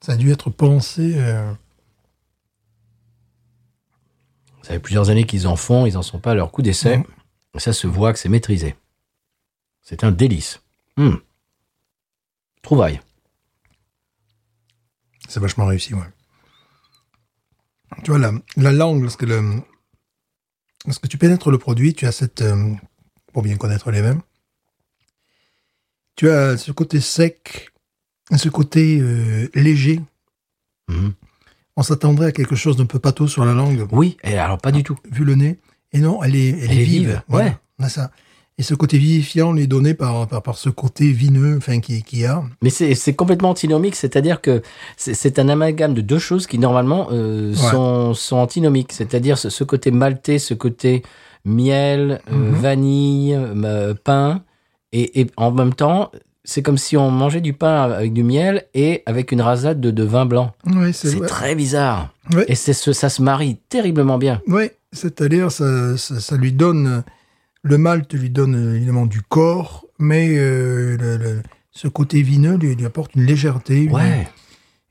[SPEAKER 2] Ça a dû être pensé. euh,
[SPEAKER 1] Ça fait plusieurs années qu'ils en font, ils n'en sont pas à leur coup d'essai.
[SPEAKER 2] Mhm.
[SPEAKER 1] Et Ça se voit que c'est maîtrisé. C'est un délice. Hmm. Trouvaille.
[SPEAKER 2] C'est vachement réussi, ouais. Tu vois, la, la langue, lorsque, le, lorsque tu pénètres le produit, tu as cette. euh, pour bien connaître les mêmes, tu as ce côté sec, ce côté euh, léger.
[SPEAKER 1] Mhm.
[SPEAKER 2] On s'attendrait à quelque chose d'un peu pâteau sur la langue,
[SPEAKER 1] Oui, et alors pas du tout.
[SPEAKER 2] vu le nez. Et non, elle est, elle est vive. Voilà,
[SPEAKER 1] ouais.
[SPEAKER 2] on a ça. Et ce côté vivifiant, on est donné par, par, par ce côté vineux enfin, qui, qui a.
[SPEAKER 1] Mais c'est c'est complètement antinomique, c'est-à-dire que c'est- c'est un amalgame de deux choses qui normalement euh, sont, sont antinomiques, c'est-à-dire ce, ce côté maltais, ce côté miel, euh,
[SPEAKER 2] Mhm.
[SPEAKER 1] vanille, euh, pain, et, et en même temps, c'est comme si on mangeait du pain avec du miel et avec une rasade de, de vin blanc.
[SPEAKER 2] Ouais, c'est
[SPEAKER 1] C'est
[SPEAKER 2] ouais.
[SPEAKER 1] très bizarre.
[SPEAKER 2] Ouais.
[SPEAKER 1] Et c'est ce, ça se marie terriblement bien.
[SPEAKER 2] Oui, c'est-à-dire ça, ça, ça lui donne le malt lui donne euh, évidemment du corps, mais euh, le- le- ce côté vineux lui, lui apporte une légèreté, une,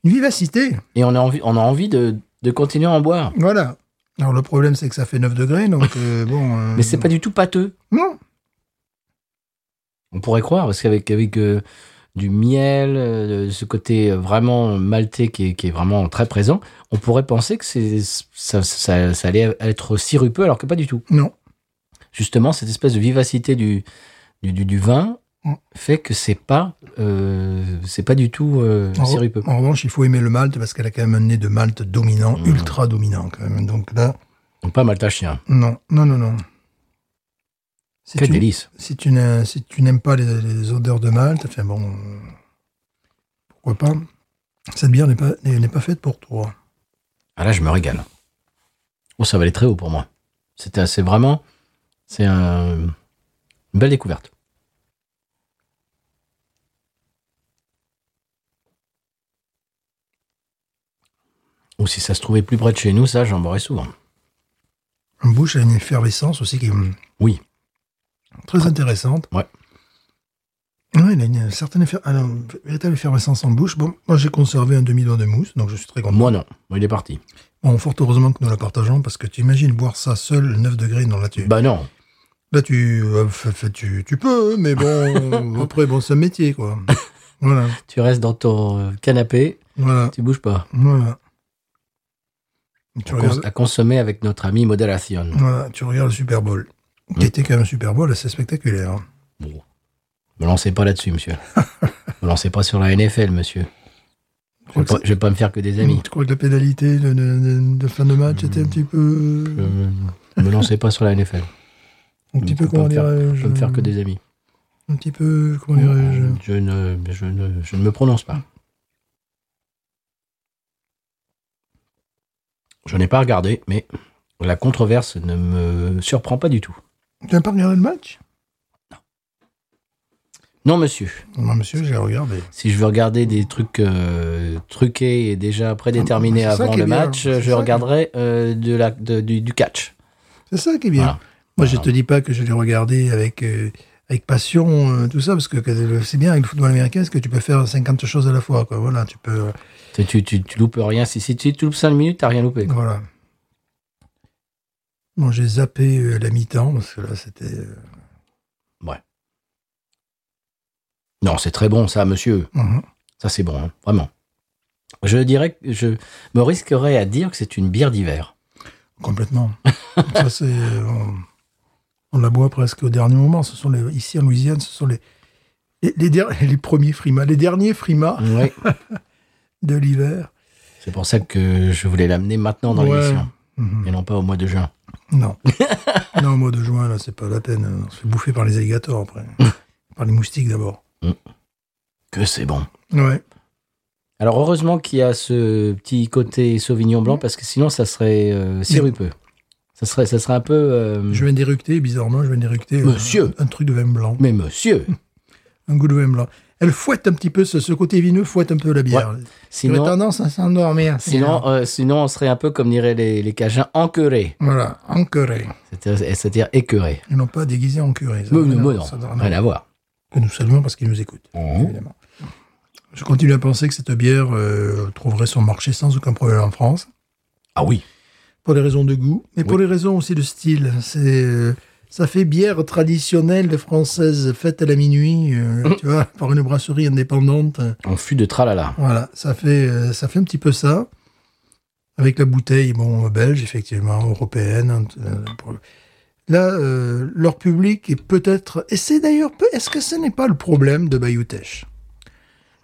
[SPEAKER 2] une vivacité.
[SPEAKER 1] Et on a envie, on a envie de, de continuer à en boire.
[SPEAKER 2] Voilà. Alors le problème c'est que ça fait 9 degrés, donc euh, bon. euh,
[SPEAKER 1] Mais c'est pas du tout pâteux.
[SPEAKER 2] Non.
[SPEAKER 1] On pourrait croire, parce qu'avec avec, euh, du miel, euh, ce côté euh, vraiment maltais qui est, qui est vraiment très présent, on pourrait penser que c'est, ça, ça- ça allait être sirupeux, alors que pas du tout.
[SPEAKER 2] Non.
[SPEAKER 1] Justement, cette espèce de vivacité du, du, du- du vin
[SPEAKER 2] Mm.
[SPEAKER 1] fait que c'est pas, euh, c'est pas du tout euh,
[SPEAKER 2] En,
[SPEAKER 1] sirupeux.
[SPEAKER 2] en revanche, il faut aimer le malt parce qu'elle a quand même un nez de malt dominant,
[SPEAKER 1] Mm.
[SPEAKER 2] ultra dominant quand même. Donc là,
[SPEAKER 1] Donc pas maltachien.
[SPEAKER 2] non, non, non, non. Si
[SPEAKER 1] Quel
[SPEAKER 2] tu,
[SPEAKER 1] délice.
[SPEAKER 2] si tu n'as- si tu n'aimes pas les, les odeurs de malt, enfin bon, euh, pourquoi pas Cette bière n'est pas, n'est n'est pas faite pour toi.
[SPEAKER 1] Ah là, je me régale. Oh, ça va aller très haut pour moi. C'était, c'est vraiment, c'est un- une belle découverte. Ou si ça se trouvait plus près de chez nous, ça, j'en boirais souvent.
[SPEAKER 2] En bouche, elle a une effervescence aussi qui est hum,
[SPEAKER 1] Oui.
[SPEAKER 2] très intéressante.
[SPEAKER 1] Ouais.
[SPEAKER 2] Ouais, elle a une certaine effer- elle a une véritable effervescence en bouche. Bon, moi j'ai conservé un demi-doigt de mousse, donc je suis très content.
[SPEAKER 1] Moi, non. Il est parti.
[SPEAKER 2] Bon, fort heureusement que nous la partageons, parce que tu imagines boire ça seul, 9 degrés, non, là tu...
[SPEAKER 1] Bah non.
[SPEAKER 2] Là tu, euh, fait- fait- tu, tu peux, mais bon, après bon, c'est un métier quoi. Voilà,
[SPEAKER 1] Tu restes dans ton euh, canapé,
[SPEAKER 2] voilà,
[SPEAKER 1] tu bouges pas.
[SPEAKER 2] voilà. Tu
[SPEAKER 1] À cons-
[SPEAKER 2] regardes-
[SPEAKER 1] À consommer avec notre ami Modération.
[SPEAKER 2] Voilà, tu regardes le Super Bowl.
[SPEAKER 1] Mm.
[SPEAKER 2] Qui était quand même un Super Bowl assez spectaculaire.
[SPEAKER 1] Bon. Me lancez pas là-dessus, monsieur. Me lancez pas sur la NFL, monsieur.
[SPEAKER 2] Je
[SPEAKER 1] Je
[SPEAKER 2] crois
[SPEAKER 1] vais
[SPEAKER 2] que,
[SPEAKER 1] pas- je vais pas me faire que des
[SPEAKER 2] c'est-
[SPEAKER 1] amis. Mm.
[SPEAKER 2] je crois que la pénalité de, de- de- de fin de match était un petit peu.
[SPEAKER 1] Euh, me lancez pas sur la NFL.
[SPEAKER 2] un petit
[SPEAKER 1] je peux
[SPEAKER 2] peu,
[SPEAKER 1] pas
[SPEAKER 2] comment
[SPEAKER 1] me faire- Je
[SPEAKER 2] dirais-je
[SPEAKER 1] peux me faire que des amis.
[SPEAKER 2] Un petit peu, comment euh, dirais-je
[SPEAKER 1] Je ne, je, ne, je ne me prononce pas. Je n'ai pas regardé, mais la controverse ne me surprend pas du tout.
[SPEAKER 2] Tu n'as pas regardé le match
[SPEAKER 1] Non, monsieur.
[SPEAKER 2] Non, monsieur, j'ai regardé.
[SPEAKER 1] Si je veux regarder des trucs euh, truqués et déjà prédéterminés
[SPEAKER 2] C'est ça
[SPEAKER 1] avant
[SPEAKER 2] qui est
[SPEAKER 1] le
[SPEAKER 2] bien.
[SPEAKER 1] match,
[SPEAKER 2] C'est ça
[SPEAKER 1] je
[SPEAKER 2] qui-
[SPEAKER 1] regarderai euh, de la, de- du, du catch.
[SPEAKER 2] C'est ça qui est bien.
[SPEAKER 1] Voilà.
[SPEAKER 2] Moi, je
[SPEAKER 1] Voilà.
[SPEAKER 2] te dis pas que je l'ai regardé avec, euh, avec passion, euh, tout ça, parce que euh, c'est bien avec le football américain, parce que tu peux faire 50 choses à la fois. Quoi. Voilà, tu peux.
[SPEAKER 1] Tu, tu, tu- tu loupes rien. Si, si tu loupes 5 minutes, t'as rien loupé. quoi.
[SPEAKER 2] Voilà. Bon, j'ai zappé euh, la mi-temps, parce que là, c'était. euh,
[SPEAKER 1] Non, c'est très bon, ça, monsieur.
[SPEAKER 2] mhm.
[SPEAKER 1] Ça, c'est bon, hein, vraiment. Je dirais que je me risquerais à dire que c'est une bière d'hiver.
[SPEAKER 2] Complètement. ça, c'est, euh, on, on la boit presque au dernier moment. Ce sont les, ici en Louisiane, ce sont les, les, les, der- les premiers frimas, les derniers frimas
[SPEAKER 1] Oui.
[SPEAKER 2] de l'hiver.
[SPEAKER 1] C'est pour ça que je voulais l'amener maintenant dans
[SPEAKER 2] Ouais.
[SPEAKER 1] l'émission
[SPEAKER 2] Mhm.
[SPEAKER 1] et non pas au mois de juin.
[SPEAKER 2] Non. non, au mois de juin, là, c'est pas la peine. On se fait bouffer par les alligators après. par les moustiques d'abord.
[SPEAKER 1] Que c'est bon.
[SPEAKER 2] Ouais.
[SPEAKER 1] Alors heureusement qu'il y a ce petit côté Sauvignon blanc parce que sinon ça serait euh, sirupeux. Ça serait, ça serait un peu. euh,
[SPEAKER 2] Je viens d'éructer, bizarrement, je viens d'éructer. euh,
[SPEAKER 1] Monsieur.
[SPEAKER 2] Un, truc de vin blanc.
[SPEAKER 1] Mais monsieur,
[SPEAKER 2] Un goût de vin blanc. Elle fouette un petit peu, ce, ce côté vineux fouette un peu la bière. J'aurais
[SPEAKER 1] sinon,
[SPEAKER 2] tendance à s'endormir.
[SPEAKER 1] sinon, euh, sinon on serait un peu comme diraient les, les Cajuns enqueurés,
[SPEAKER 2] Voilà, encoré.
[SPEAKER 1] c'est-à-dire c'est-à-dire écœurés.
[SPEAKER 2] Ils n'ont pas déguisé en curé. ça
[SPEAKER 1] Mais
[SPEAKER 2] n'a rien à
[SPEAKER 1] moi,
[SPEAKER 2] voir,
[SPEAKER 1] non,
[SPEAKER 2] ça n'a rien à
[SPEAKER 1] rien à voir.
[SPEAKER 2] que nous saluons parce qu'ils nous écoutent,
[SPEAKER 1] Mhm.
[SPEAKER 2] évidemment. Je continue à penser que cette bière euh, trouverait son marché sans aucun problème en France,
[SPEAKER 1] Ah oui.
[SPEAKER 2] pour des raisons de goût, mais pour
[SPEAKER 1] Oui.
[SPEAKER 2] les raisons aussi de style. C'est euh, ça fait bière traditionnelle française faite à la minuit,
[SPEAKER 1] Hum.
[SPEAKER 2] euh, tu vois, par une brasserie indépendante. euh,
[SPEAKER 1] On fut de tralala.
[SPEAKER 2] Voilà, ça fait euh, ça fait un petit peu ça. Avec la bouteille, bon, belge, effectivement, européenne, hein, t- euh, pour- Là, euh, leur public est peut-être. Et c'est d'ailleurs. peu- Est-ce que ce n'est pas le problème de Bayoutech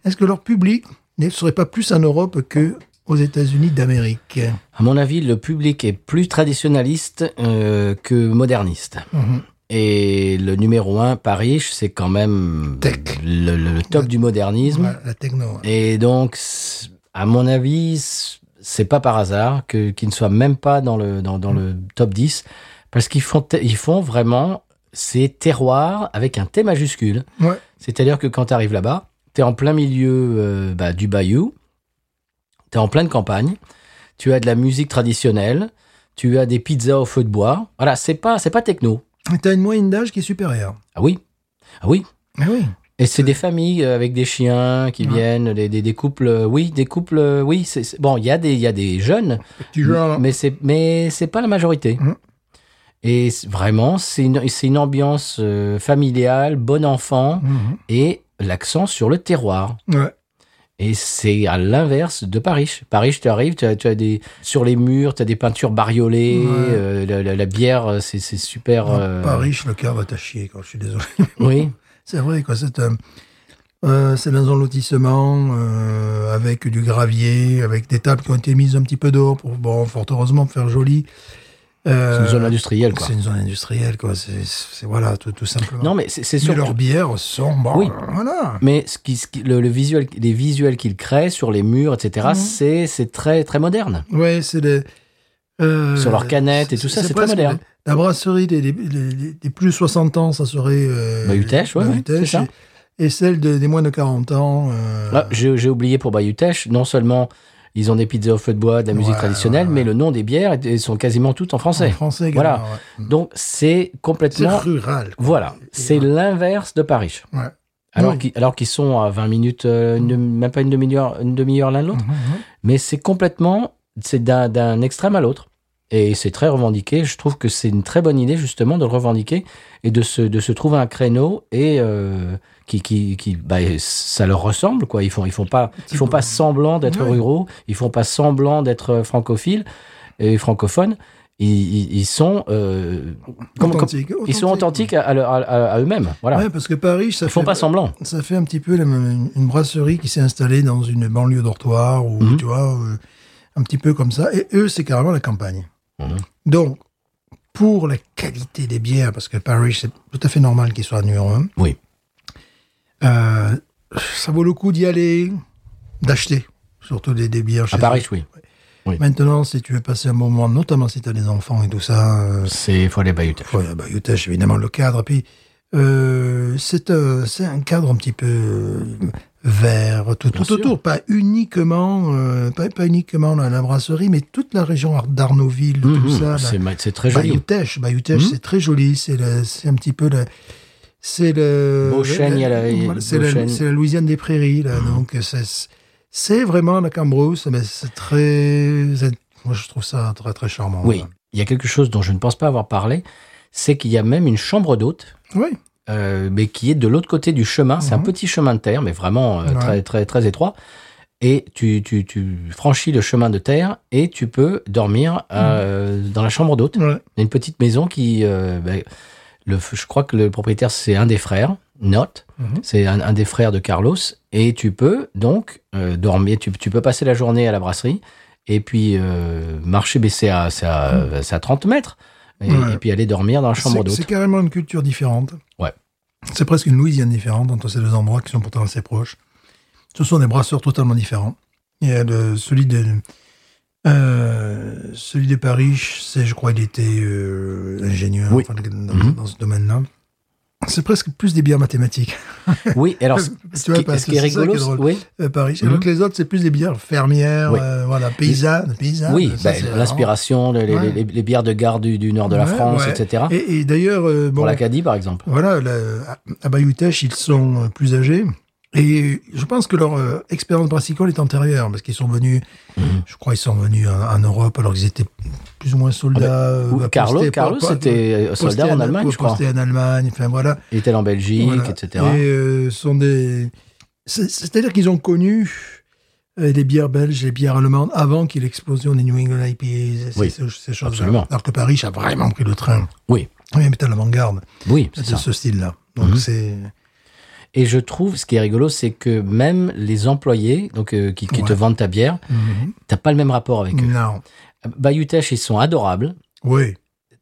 [SPEAKER 2] Est-ce que leur public ne serait pas plus en Europe que aux États-Unis d'Amérique
[SPEAKER 1] À mon avis, le public est plus traditionnaliste euh, que moderniste.
[SPEAKER 2] Mhm.
[SPEAKER 1] Et le numéro un, Paris, c'est quand même
[SPEAKER 2] Tech.
[SPEAKER 1] le, le- le top du modernisme.
[SPEAKER 2] Ouais, La techno. hein. ouais.
[SPEAKER 1] Et donc, c'est- à mon avis, c'est- c'est pas par hasard que- qu'ils ne soient même pas dans le, dans, dans le top 10, parce qu'ils font, te- ils font vraiment ces terroirs avec un T majuscule.
[SPEAKER 2] Ouais.
[SPEAKER 1] C'est-à-dire que quand tu arrives là-bas, tu es en plein milieu euh, bah, du bayou, tu es en pleine campagne, tu as de la musique traditionnelle, tu as des pizzas au feu de bois. Voilà, c'est pas, c'est pas techno.
[SPEAKER 2] Et T'as une moyenne d'âge qui est supérieure.
[SPEAKER 1] Ah oui, ah oui,
[SPEAKER 2] Ah oui.
[SPEAKER 1] et c'est des familles euh, avec des chiens qui
[SPEAKER 2] Ouais.
[SPEAKER 1] viennent, des, des, des couples, euh, oui, des couples, euh, oui. c'est c'est- bon, il y a des, il y a des jeunes,
[SPEAKER 2] Tu joues à-
[SPEAKER 1] mais c'est, mais c'est pas la majorité.
[SPEAKER 2] Mhm.
[SPEAKER 1] Et c'est- vraiment, c'est une, c'est une ambiance euh, familiale, bon enfant,
[SPEAKER 2] Mhm.
[SPEAKER 1] et l'accent sur le terroir.
[SPEAKER 2] Ouais.
[SPEAKER 1] Et c'est à l'inverse de Paris. Paris, tu arrives, tu as, tu as des sur les murs, tu as des peintures bariolées,
[SPEAKER 2] Ouais.
[SPEAKER 1] euh, la, la- la bière, euh, c'est c'est super. euh,
[SPEAKER 2] Pas riche, le cœur va t'achier, quand je suis désolé.
[SPEAKER 1] Oui.
[SPEAKER 2] C'est vrai, quoi. C'est un- euh, c'est dans un lotissement euh, avec du gravier, avec des tables qui ont été mises un petit peu dehors pour, bon, fort heureusement, faire joli. Euh,
[SPEAKER 1] C'est une zone industrielle, quoi.
[SPEAKER 2] C'est une zone industrielle, quoi. C'est- C'est voilà, tout, tout simplement.
[SPEAKER 1] Non, mais c'est c'est
[SPEAKER 2] mais
[SPEAKER 1] surtout-
[SPEAKER 2] leurs bières sont bon,
[SPEAKER 1] Oui.
[SPEAKER 2] Voilà.
[SPEAKER 1] Mais ce qui, ce qui- le, le visuel, les visuels qu'il crée sur les murs, etc., c'est, c'est très, très moderne.
[SPEAKER 2] Ouais, c'est des.
[SPEAKER 1] Sur leurs canettes et tout ça, c'est très
[SPEAKER 2] presque
[SPEAKER 1] moderne.
[SPEAKER 2] La, la brasserie des, des- des- des plus de 60 ans, ça serait. Euh,
[SPEAKER 1] Bah, Utech, ouais,
[SPEAKER 2] bah,
[SPEAKER 1] ouais,
[SPEAKER 2] Utech,
[SPEAKER 1] c'est ça.
[SPEAKER 2] Et, et celle de- des moins de 40 ans. euh,
[SPEAKER 1] Ah, j'ai, j'ai oublié pour Bayutech, non seulement ils ont des pizzas au feu de bois, de la musique
[SPEAKER 2] Ouais,
[SPEAKER 1] traditionnelle,
[SPEAKER 2] ouais, ouais.
[SPEAKER 1] mais le nom des bières elles- elles sont quasiment toutes en
[SPEAKER 2] en
[SPEAKER 1] français.
[SPEAKER 2] français
[SPEAKER 1] Voilà.
[SPEAKER 2] également, ouais.
[SPEAKER 1] Donc c'est
[SPEAKER 2] Mhm. C'est
[SPEAKER 1] complètement.
[SPEAKER 2] rural. quoi.
[SPEAKER 1] Voilà, c'est l'inverse de Paris.
[SPEAKER 2] Ouais.
[SPEAKER 1] Alors,
[SPEAKER 2] Oui.
[SPEAKER 1] qu'ils, alors qu'ils sont à 20 minutes, euh, une demi- même pas une demi-heure, une demi-heure l'un de l'autre. Mais c'est complètement, c'est d'un, d'un extrême à l'autre. Et c'est très revendiqué. Je trouve que c'est une très bonne idée, justement, de le revendiquer et de se, de se trouver un créneau et euh, qui, qui, qui bah, ça leur ressemble, quoi. Ils font, ils font pas, ils font pas semblant d'être
[SPEAKER 2] Ouais.
[SPEAKER 1] ruraux, ils font pas semblant d'être euh, francophiles et francophones. Ils, ils- ils sont, euh, comme- comme-
[SPEAKER 2] Authentique,
[SPEAKER 1] ils sont authentiques à, à leur- à- à eux-mêmes. Voilà.
[SPEAKER 2] Ouais, parce que Paris, ça
[SPEAKER 1] ils font
[SPEAKER 2] fait,
[SPEAKER 1] pas semblant.
[SPEAKER 2] ça fait un petit peu la même- une brasserie qui s'est installée dans une banlieue dortoir ou
[SPEAKER 1] Mhm.
[SPEAKER 2] tu vois, euh, un petit peu comme ça. Et eux, c'est carrément la campagne.
[SPEAKER 1] Mhm.
[SPEAKER 2] Donc, pour la qualité des bières, parce que Paris, c'est tout à fait normal qu'ils soient numéro un.
[SPEAKER 1] Oui.
[SPEAKER 2] euh, ça vaut le coup d'y aller, d'acheter surtout des, des bières chez
[SPEAKER 1] À Paris, oui.
[SPEAKER 2] eux. Maintenant, si tu veux passer un moment, notamment si tu as des enfants et tout ça, euh,
[SPEAKER 1] C'est, faut aller à Bayeux.
[SPEAKER 2] Ouais, bah, Utech, évidemment, le cadre. Puis, euh, c'est un, c'est un cadre un petit peu euh, vert, tout,
[SPEAKER 1] Bien
[SPEAKER 2] tout
[SPEAKER 1] sûr.
[SPEAKER 2] autour. Pas uniquement, euh, pas, pas uniquement la, la brasserie, mais toute la région Ar- d'Arnaudville, tout
[SPEAKER 1] Mhm.
[SPEAKER 2] ça.
[SPEAKER 1] c'est,
[SPEAKER 2] là.
[SPEAKER 1] ma- c'est très
[SPEAKER 2] Bah,
[SPEAKER 1] joli.
[SPEAKER 2] Utech, bah, Utech,
[SPEAKER 1] Mhm.
[SPEAKER 2] c'est très joli. C'est le- c'est un petit peu le. C'est le.
[SPEAKER 1] Beauchêne, il y a la- Mhm.
[SPEAKER 2] voilà, C'est la,
[SPEAKER 1] Beauchêne.
[SPEAKER 2] c'est la Louisiane des prairies, là. Donc, c'est- c'est vraiment la Cambrousse, mais c'est très. c'est- Moi, je trouve ça très, très charmant.
[SPEAKER 1] Oui, il y a quelque chose dont je ne pense pas avoir parlé, c'est qu'il y a même une chambre d'hôte,
[SPEAKER 2] Oui.
[SPEAKER 1] euh, mais qui est de l'autre côté du chemin. C'est un
[SPEAKER 2] Mhm.
[SPEAKER 1] petit chemin de terre, mais vraiment euh,
[SPEAKER 2] Ouais.
[SPEAKER 1] très, très, très étroit. Et tu, tu, tu franchis le chemin de terre et tu peux
[SPEAKER 2] Mhm.
[SPEAKER 1] dormir euh, dans la chambre d'hôte.
[SPEAKER 2] Ouais.
[SPEAKER 1] Il y a une petite maison qui. euh, ben, le, je crois que le propriétaire, c'est un des frères, Note.
[SPEAKER 2] Mhm.
[SPEAKER 1] C'est un, un des frères de Carlos. Et tu peux donc euh, dormir. Tu, tu peux passer la journée à la brasserie et puis euh, marcher. Mais c'est à, c'est à- euh, c'est à 30 mètres. Et,
[SPEAKER 2] Mhm. Ouais.
[SPEAKER 1] et puis aller dormir dans la chambre
[SPEAKER 2] C'est-
[SPEAKER 1] d'hôte.
[SPEAKER 2] C'est carrément une culture différente.
[SPEAKER 1] Ouais.
[SPEAKER 2] C'est presque une Louisiane différente entre ces deux endroits qui sont pourtant assez proches. Ce sont des brasseurs totalement différents. Il y a le- celui de euh, celui de Paris, c'est je crois il était euh, ingénieur
[SPEAKER 1] Oui.
[SPEAKER 2] enfin, dans,
[SPEAKER 1] Mhm.
[SPEAKER 2] dans ce domaine-là. C'est presque plus des bières mathématiques
[SPEAKER 1] Oui, et alors, ce,
[SPEAKER 2] Tu
[SPEAKER 1] ce
[SPEAKER 2] vois,
[SPEAKER 1] qui,
[SPEAKER 2] parce
[SPEAKER 1] ce qui est
[SPEAKER 2] que c'est ça
[SPEAKER 1] rigolo,
[SPEAKER 2] qui est drôle.
[SPEAKER 1] oui,
[SPEAKER 2] à euh, Paris, alors
[SPEAKER 1] Mhm.
[SPEAKER 2] que les autres c'est plus des bières fermières,
[SPEAKER 1] Oui.
[SPEAKER 2] euh, voilà paysannes, paysannes.
[SPEAKER 1] oui
[SPEAKER 2] Ah, ça,
[SPEAKER 1] ben,
[SPEAKER 2] c'est
[SPEAKER 1] l'inspiration, les, les-
[SPEAKER 2] Ouais.
[SPEAKER 1] les- les bières de gare du, du nord de la
[SPEAKER 2] Ouais,
[SPEAKER 1] France,
[SPEAKER 2] ouais.
[SPEAKER 1] etc.
[SPEAKER 2] vraiment- Et, et d'ailleurs, euh, bon,
[SPEAKER 1] Pour l'Acadie, par exemple.
[SPEAKER 2] Voilà, là, à- à Bayoutech, ils sont euh, plus âgés. Et je pense que leur euh, expérience brassicole est antérieure, parce qu'ils sont venus,
[SPEAKER 1] Mhm.
[SPEAKER 2] je crois, ils sont venus en, en Europe, alors qu'ils étaient plus ou moins soldats. euh,
[SPEAKER 1] Ou-
[SPEAKER 2] bah,
[SPEAKER 1] Ah, Carlo,
[SPEAKER 2] postés par-
[SPEAKER 1] Carlo
[SPEAKER 2] par-
[SPEAKER 1] c'était euh,
[SPEAKER 2] postés
[SPEAKER 1] soldat en Allemagne,
[SPEAKER 2] ouais,
[SPEAKER 1] je crois.
[SPEAKER 2] postés en Allemagne, enfin voilà.
[SPEAKER 1] Il était en Belgique,
[SPEAKER 2] Voilà.
[SPEAKER 1] etc.
[SPEAKER 2] Et euh, sont des. c'est- C'est-à-dire qu'ils ont connu euh, les bières belges, les bières allemandes, avant qu'il y ait l'explosion des New England IPAs, ces-
[SPEAKER 1] Oui,
[SPEAKER 2] ces, ces choses-là.
[SPEAKER 1] absolument.
[SPEAKER 2] Alors que Paris a vraiment pris le train.
[SPEAKER 1] Oui,
[SPEAKER 2] Oui, mais t'as l'avant-garde
[SPEAKER 1] oui,
[SPEAKER 2] de
[SPEAKER 1] c'est ça. Mhm.
[SPEAKER 2] ce style-là. Donc c'est...
[SPEAKER 1] Et je trouve, ce qui est rigolo, c'est que même les employés, donc euh, qui, qui te
[SPEAKER 2] Ouais. Mm.
[SPEAKER 1] vendent ta bière, t'as pas le même rapport avec eux.
[SPEAKER 2] Non.
[SPEAKER 1] Bayou Teche, ils sont adorables,
[SPEAKER 2] Oui.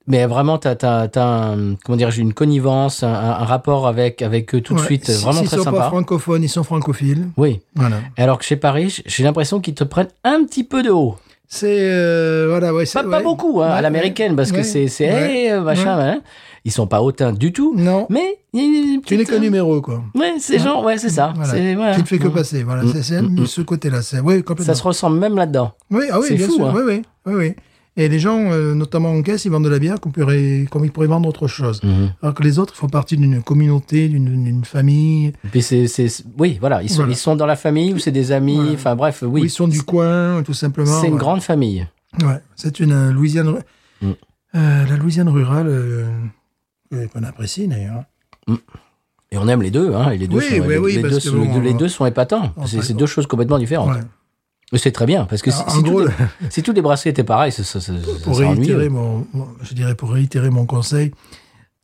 [SPEAKER 1] mais vraiment, t'as, t'as, t'as un- comment dire, une connivence, un, un rapport avec avec eux tout de
[SPEAKER 2] Ouais.
[SPEAKER 1] suite,
[SPEAKER 2] Si-
[SPEAKER 1] vraiment
[SPEAKER 2] S'ils
[SPEAKER 1] très
[SPEAKER 2] sont pas
[SPEAKER 1] sympa.
[SPEAKER 2] francophones, ils sont francophiles.
[SPEAKER 1] Oui.
[SPEAKER 2] Voilà.
[SPEAKER 1] Alors que chez Paris, j'ai l'impression qu'ils te prennent un petit peu de haut.
[SPEAKER 2] C'est... euh, voilà, ouais,
[SPEAKER 1] Pas,
[SPEAKER 2] c'est-
[SPEAKER 1] pas
[SPEAKER 2] ouais.
[SPEAKER 1] beaucoup, hein,
[SPEAKER 2] Ouais,
[SPEAKER 1] à l'américaine, parce que
[SPEAKER 2] ouais,
[SPEAKER 1] c'est, c'est
[SPEAKER 2] ouais,
[SPEAKER 1] hey, euh, machin,
[SPEAKER 2] ouais.
[SPEAKER 1] hein. Ils sont pas hautains du tout,
[SPEAKER 2] Non,
[SPEAKER 1] mais il y a une
[SPEAKER 2] tu n'es
[SPEAKER 1] petite-
[SPEAKER 2] qu'un numéro, quoi.
[SPEAKER 1] Ouais, c'est genre, ouais, c'est ça.
[SPEAKER 2] Voilà.
[SPEAKER 1] C'est, voilà.
[SPEAKER 2] Qui ne fait que passer. Voilà, c'est- c'est ce côté-là. c'est- Oui, complètement.
[SPEAKER 1] Mm, Ça se ressemble même là-dedans.
[SPEAKER 2] Oui, ah oui,
[SPEAKER 1] C'est
[SPEAKER 2] bien
[SPEAKER 1] fou,
[SPEAKER 2] sûr.
[SPEAKER 1] hein.
[SPEAKER 2] Oui, oui, oui, oui. Et les gens, euh, notamment en caisse, ils vendent de la bière comme, pourrait- comme ils pourraient vendre autre chose.
[SPEAKER 1] Mm-hmm.
[SPEAKER 2] Alors que les autres font partie d'une communauté, d'une d'une famille.
[SPEAKER 1] Et Puis c'est, c'est, oui, voilà, ils sont,
[SPEAKER 2] Voilà.
[SPEAKER 1] ils sont dans la famille ou c'est des amis,
[SPEAKER 2] Voilà.
[SPEAKER 1] enfin bref, oui.
[SPEAKER 2] Ils sont du coin, tout simplement.
[SPEAKER 1] c'est une
[SPEAKER 2] Ouais.
[SPEAKER 1] grande famille.
[SPEAKER 2] Ouais. C'est une euh, Louisiane. ru-
[SPEAKER 1] Mm.
[SPEAKER 2] Euh, la Louisiane rurale, euh, euh, qu'on apprécie d'ailleurs.
[SPEAKER 1] Et on aime les deux, hein. et les deux
[SPEAKER 2] Oui,
[SPEAKER 1] sont,
[SPEAKER 2] oui,
[SPEAKER 1] les,
[SPEAKER 2] oui,
[SPEAKER 1] les
[SPEAKER 2] parce
[SPEAKER 1] deux,
[SPEAKER 2] que
[SPEAKER 1] sont-
[SPEAKER 2] bon,
[SPEAKER 1] les
[SPEAKER 2] on-
[SPEAKER 1] deux sont épatants.
[SPEAKER 2] on-
[SPEAKER 1] C'est, c'est deux choses complètement différentes.
[SPEAKER 2] Ouais.
[SPEAKER 1] Mais c'est très bien, parce que si,
[SPEAKER 2] Alors,
[SPEAKER 1] si
[SPEAKER 2] en
[SPEAKER 1] tout
[SPEAKER 2] gros,
[SPEAKER 1] est- si tous les bracelets étaient pareils, ça, ça, ça, ça
[SPEAKER 2] pour
[SPEAKER 1] serait
[SPEAKER 2] réitérer
[SPEAKER 1] ennuyeux.
[SPEAKER 2] mon, mon- je dirais pour réitérer mon conseil,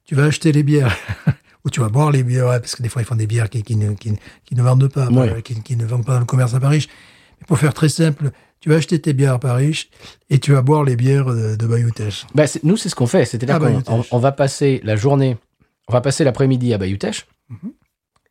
[SPEAKER 2] tu vas acheter les bières ou tu vas boire les bières, ouais, parce que des fois ils font des bières qui, qui ne, qui, ne- qui ne vendent pas,
[SPEAKER 1] Ouais.
[SPEAKER 2] euh, qui, qui ne vendent pas dans le commerce à Paris. Mais pour faire très simple, tu vas acheter tes bières à Paris et tu vas boire les bières de, de Bayoutech.
[SPEAKER 1] Bah, c'est- nous, c'est ce qu'on fait. C'est-à-dire
[SPEAKER 2] Ah,
[SPEAKER 1] qu'on
[SPEAKER 2] Bayou
[SPEAKER 1] on,
[SPEAKER 2] Teche.
[SPEAKER 1] on va passer la journée, on va passer l'après-midi à Bayoutech.
[SPEAKER 2] Mhm.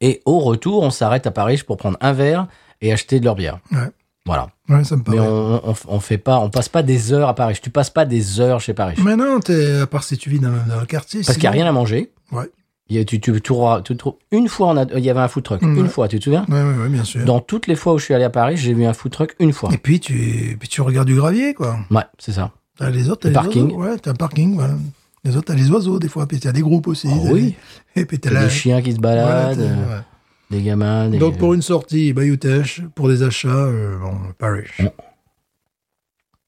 [SPEAKER 1] Et au retour, on s'arrête à Paris pour prendre un verre et acheter de leur bière.
[SPEAKER 2] Ouais.
[SPEAKER 1] Voilà.
[SPEAKER 2] Ouais, ça me
[SPEAKER 1] Mais
[SPEAKER 2] paraît.
[SPEAKER 1] on, on, on fait pas, on passe pas des heures à Paris. Tu passes pas des heures chez Paris.
[SPEAKER 2] Mais non, t'es- à part si tu vis dans, dans le quartier.
[SPEAKER 1] Parce qu'il n'y a rien à manger.
[SPEAKER 2] Ouais.
[SPEAKER 1] Il y a, tu, tu, tu auras- tu trou- une fois, on a- il y avait un food truck.
[SPEAKER 2] Mm,
[SPEAKER 1] Une
[SPEAKER 2] ouais.
[SPEAKER 1] fois, tu te souviens
[SPEAKER 2] Ouais, ouais, ouais, bien sûr.
[SPEAKER 1] Dans toutes les fois où je suis allé à Paris, j'ai vu un food truck une fois.
[SPEAKER 2] Et puis tu, puis tu regardes du gravier, quoi.
[SPEAKER 1] Ouais, c'est ça.
[SPEAKER 2] T'as les autres, t'as
[SPEAKER 1] Le
[SPEAKER 2] les
[SPEAKER 1] parking.
[SPEAKER 2] oiseaux. Ouais, t'as un parking, voilà. Les autres, t'as les oiseaux, des fois. Puis t'as des groupes aussi.
[SPEAKER 1] Ah
[SPEAKER 2] t'as
[SPEAKER 1] oui.
[SPEAKER 2] des- Et puis t'as
[SPEAKER 1] T'as
[SPEAKER 2] la-
[SPEAKER 1] des chiens qui se
[SPEAKER 2] voilà,
[SPEAKER 1] baladent,
[SPEAKER 2] t'as-
[SPEAKER 1] euh,
[SPEAKER 2] ouais.
[SPEAKER 1] des gamins. Des...
[SPEAKER 2] Donc pour une sortie, Bayoutech, pour des achats, euh, bon, Paris.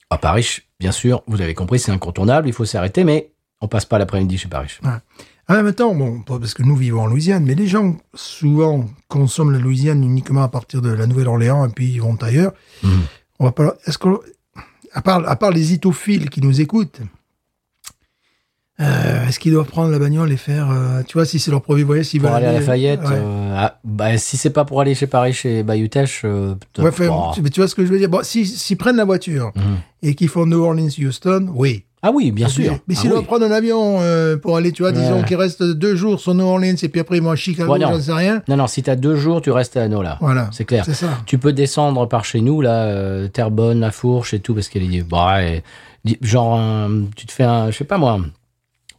[SPEAKER 1] À Paris, bien sûr, vous avez compris, c'est incontournable, il faut s'arrêter, mais on passe pas l'après-midi chez Paris.
[SPEAKER 2] Ah, maintenant, bon, pas parce que nous vivons en Louisiane, mais les gens souvent consomment la Louisiane uniquement à partir de la Nouvelle-Orléans et puis ils vont ailleurs.
[SPEAKER 1] Mhm.
[SPEAKER 2] On va pas, est-ce qu'on, à part, à part les itophiles qui nous écoutent, euh, est-ce qu'ils doivent prendre la bagnole et faire, euh, tu vois, si c'est leur premier voyage, s'ils
[SPEAKER 1] Pour
[SPEAKER 2] veulent
[SPEAKER 1] aller à Lafayette,
[SPEAKER 2] Ouais.
[SPEAKER 1] euh, ah, bah, si c'est pas pour aller chez Paris, chez Bayutech, euh, peut-être-
[SPEAKER 2] Ouais, enfin,
[SPEAKER 1] oh.
[SPEAKER 2] tu, mais tu vois ce que je veux dire. Bon, si- s'ils prennent la voiture
[SPEAKER 1] Mhm.
[SPEAKER 2] et qu'ils font New Orleans-Houston, oui.
[SPEAKER 1] Ah oui, bien
[SPEAKER 2] Obligé.
[SPEAKER 1] sûr.
[SPEAKER 2] Mais
[SPEAKER 1] Ah
[SPEAKER 2] s'il
[SPEAKER 1] oui.
[SPEAKER 2] doit prendre un avion euh, pour aller, tu vois, disons
[SPEAKER 1] Ouais.
[SPEAKER 2] qu'il reste deux jours sur New Orleans et puis après il va à Chicago,
[SPEAKER 1] Ouais, non.
[SPEAKER 2] j'en sais rien.
[SPEAKER 1] Non, non, si t'as deux jours, tu restes à Nola.
[SPEAKER 2] Voilà.
[SPEAKER 1] C'est clair.
[SPEAKER 2] C'est ça.
[SPEAKER 1] Tu peux descendre par chez nous, là, euh, Terrebonne, La Fourche et tout, parce qu'elle est. Bah, et- di- genre, un- tu te fais un. Je sais pas moi.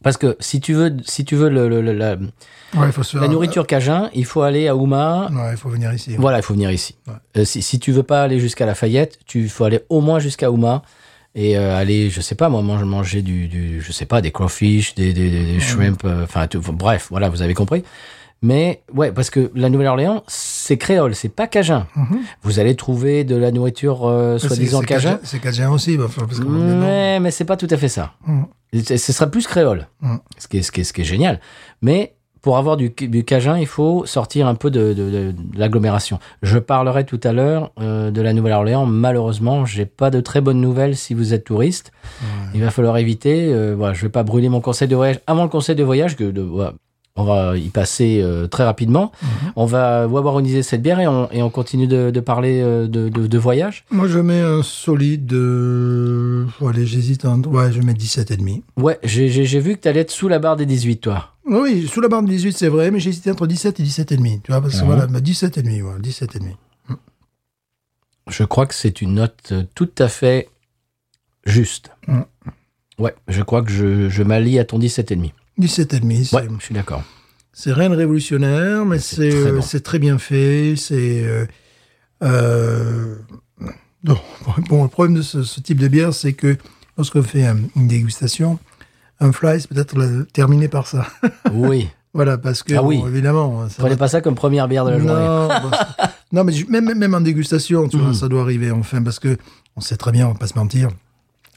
[SPEAKER 1] Parce que si tu veux, si tu veux le- le- le- la,
[SPEAKER 2] Ouais, il faut se faire.
[SPEAKER 1] la nourriture cajun, il faut aller à Houma,
[SPEAKER 2] Ouais, il faut venir ici.
[SPEAKER 1] Voilà, il faut venir ici.
[SPEAKER 2] Ouais.
[SPEAKER 1] Euh, si, si tu veux pas aller jusqu'à Lafayette, tu faut aller au moins jusqu'à Houma et euh, aller, je sais pas, moi mange- manger du, du, je sais pas, des crawfish, des, des, des- des shrimp, euh, enfin tout- bref, voilà, vous avez compris. Mais ouais, parce que la Nouvelle-Orléans, c'est créole, c'est pas cajun. Vous allez trouver de la nourriture euh,
[SPEAKER 2] Mhm. C'est-
[SPEAKER 1] soi-disant
[SPEAKER 2] c'est
[SPEAKER 1] cajun,
[SPEAKER 2] C'est cajun aussi. bah, faut- parce que-
[SPEAKER 1] mais, mais c'est pas tout à fait ça.
[SPEAKER 2] Mhm.
[SPEAKER 1] Et Ce ce serait plus créole,
[SPEAKER 2] Mhm.
[SPEAKER 1] ce, qui est, ce, qui est, ce qui est génial. Mais pour avoir du, du cajun, il faut sortir un peu de, de- de- de l'agglomération. Je parlerai tout à l'heure euh, de la Nouvelle-Orléans. Malheureusement, j'ai pas de très bonnes nouvelles si vous êtes touriste. Il va falloir éviter. euh, voilà, je vais pas brûler mon conseil de voyage avant le conseil de voyage que de- voilà, on va y passer euh, très rapidement. On va wawaroniser cette bière et on, et on continue de, de parler euh, de, de- de voyage.
[SPEAKER 2] Moi, je mets un solide. euh, faut aller, j'hésite. entre- Ouais, je mets 17,5.
[SPEAKER 1] Ouais, j'ai j'ai- j'ai vu que tu allais être sous la barre des 18, toi.
[SPEAKER 2] Oui, sous la barre de 18, c'est vrai, mais j'hésitais entre 17 et 17,5. Tu vois, parce que
[SPEAKER 1] Mhm.
[SPEAKER 2] voilà, bah, 17,5. Ouais, 17,5.
[SPEAKER 1] Je crois que c'est une note euh, tout à fait juste.
[SPEAKER 2] Mm.
[SPEAKER 1] Ouais, je crois que je, je m'allie à ton 17,5.
[SPEAKER 2] 17,5, c'est.
[SPEAKER 1] Ouais, je suis d'accord.
[SPEAKER 2] C'est rien de révolutionnaire, mais
[SPEAKER 1] c'est
[SPEAKER 2] c'est
[SPEAKER 1] très
[SPEAKER 2] euh,
[SPEAKER 1] bon.
[SPEAKER 2] c'est très, bien fait. C'est euh, euh, non, bon. Le problème de ce, ce type de bière, c'est que lorsqu'on fait un- une dégustation, un fly, c'est peut-être le- euh, terminé par ça.
[SPEAKER 1] Oui.
[SPEAKER 2] voilà, parce que
[SPEAKER 1] Ah oui.
[SPEAKER 2] bon, évidemment, ça
[SPEAKER 1] Prenez
[SPEAKER 2] doit-
[SPEAKER 1] pas ça comme première bière de la journée. Mmh.
[SPEAKER 2] non, bon, c'est- non, mais je- même même en dégustation, tu vois, ça doit arriver enfin, parce que on sait très bien, on va pas se mentir.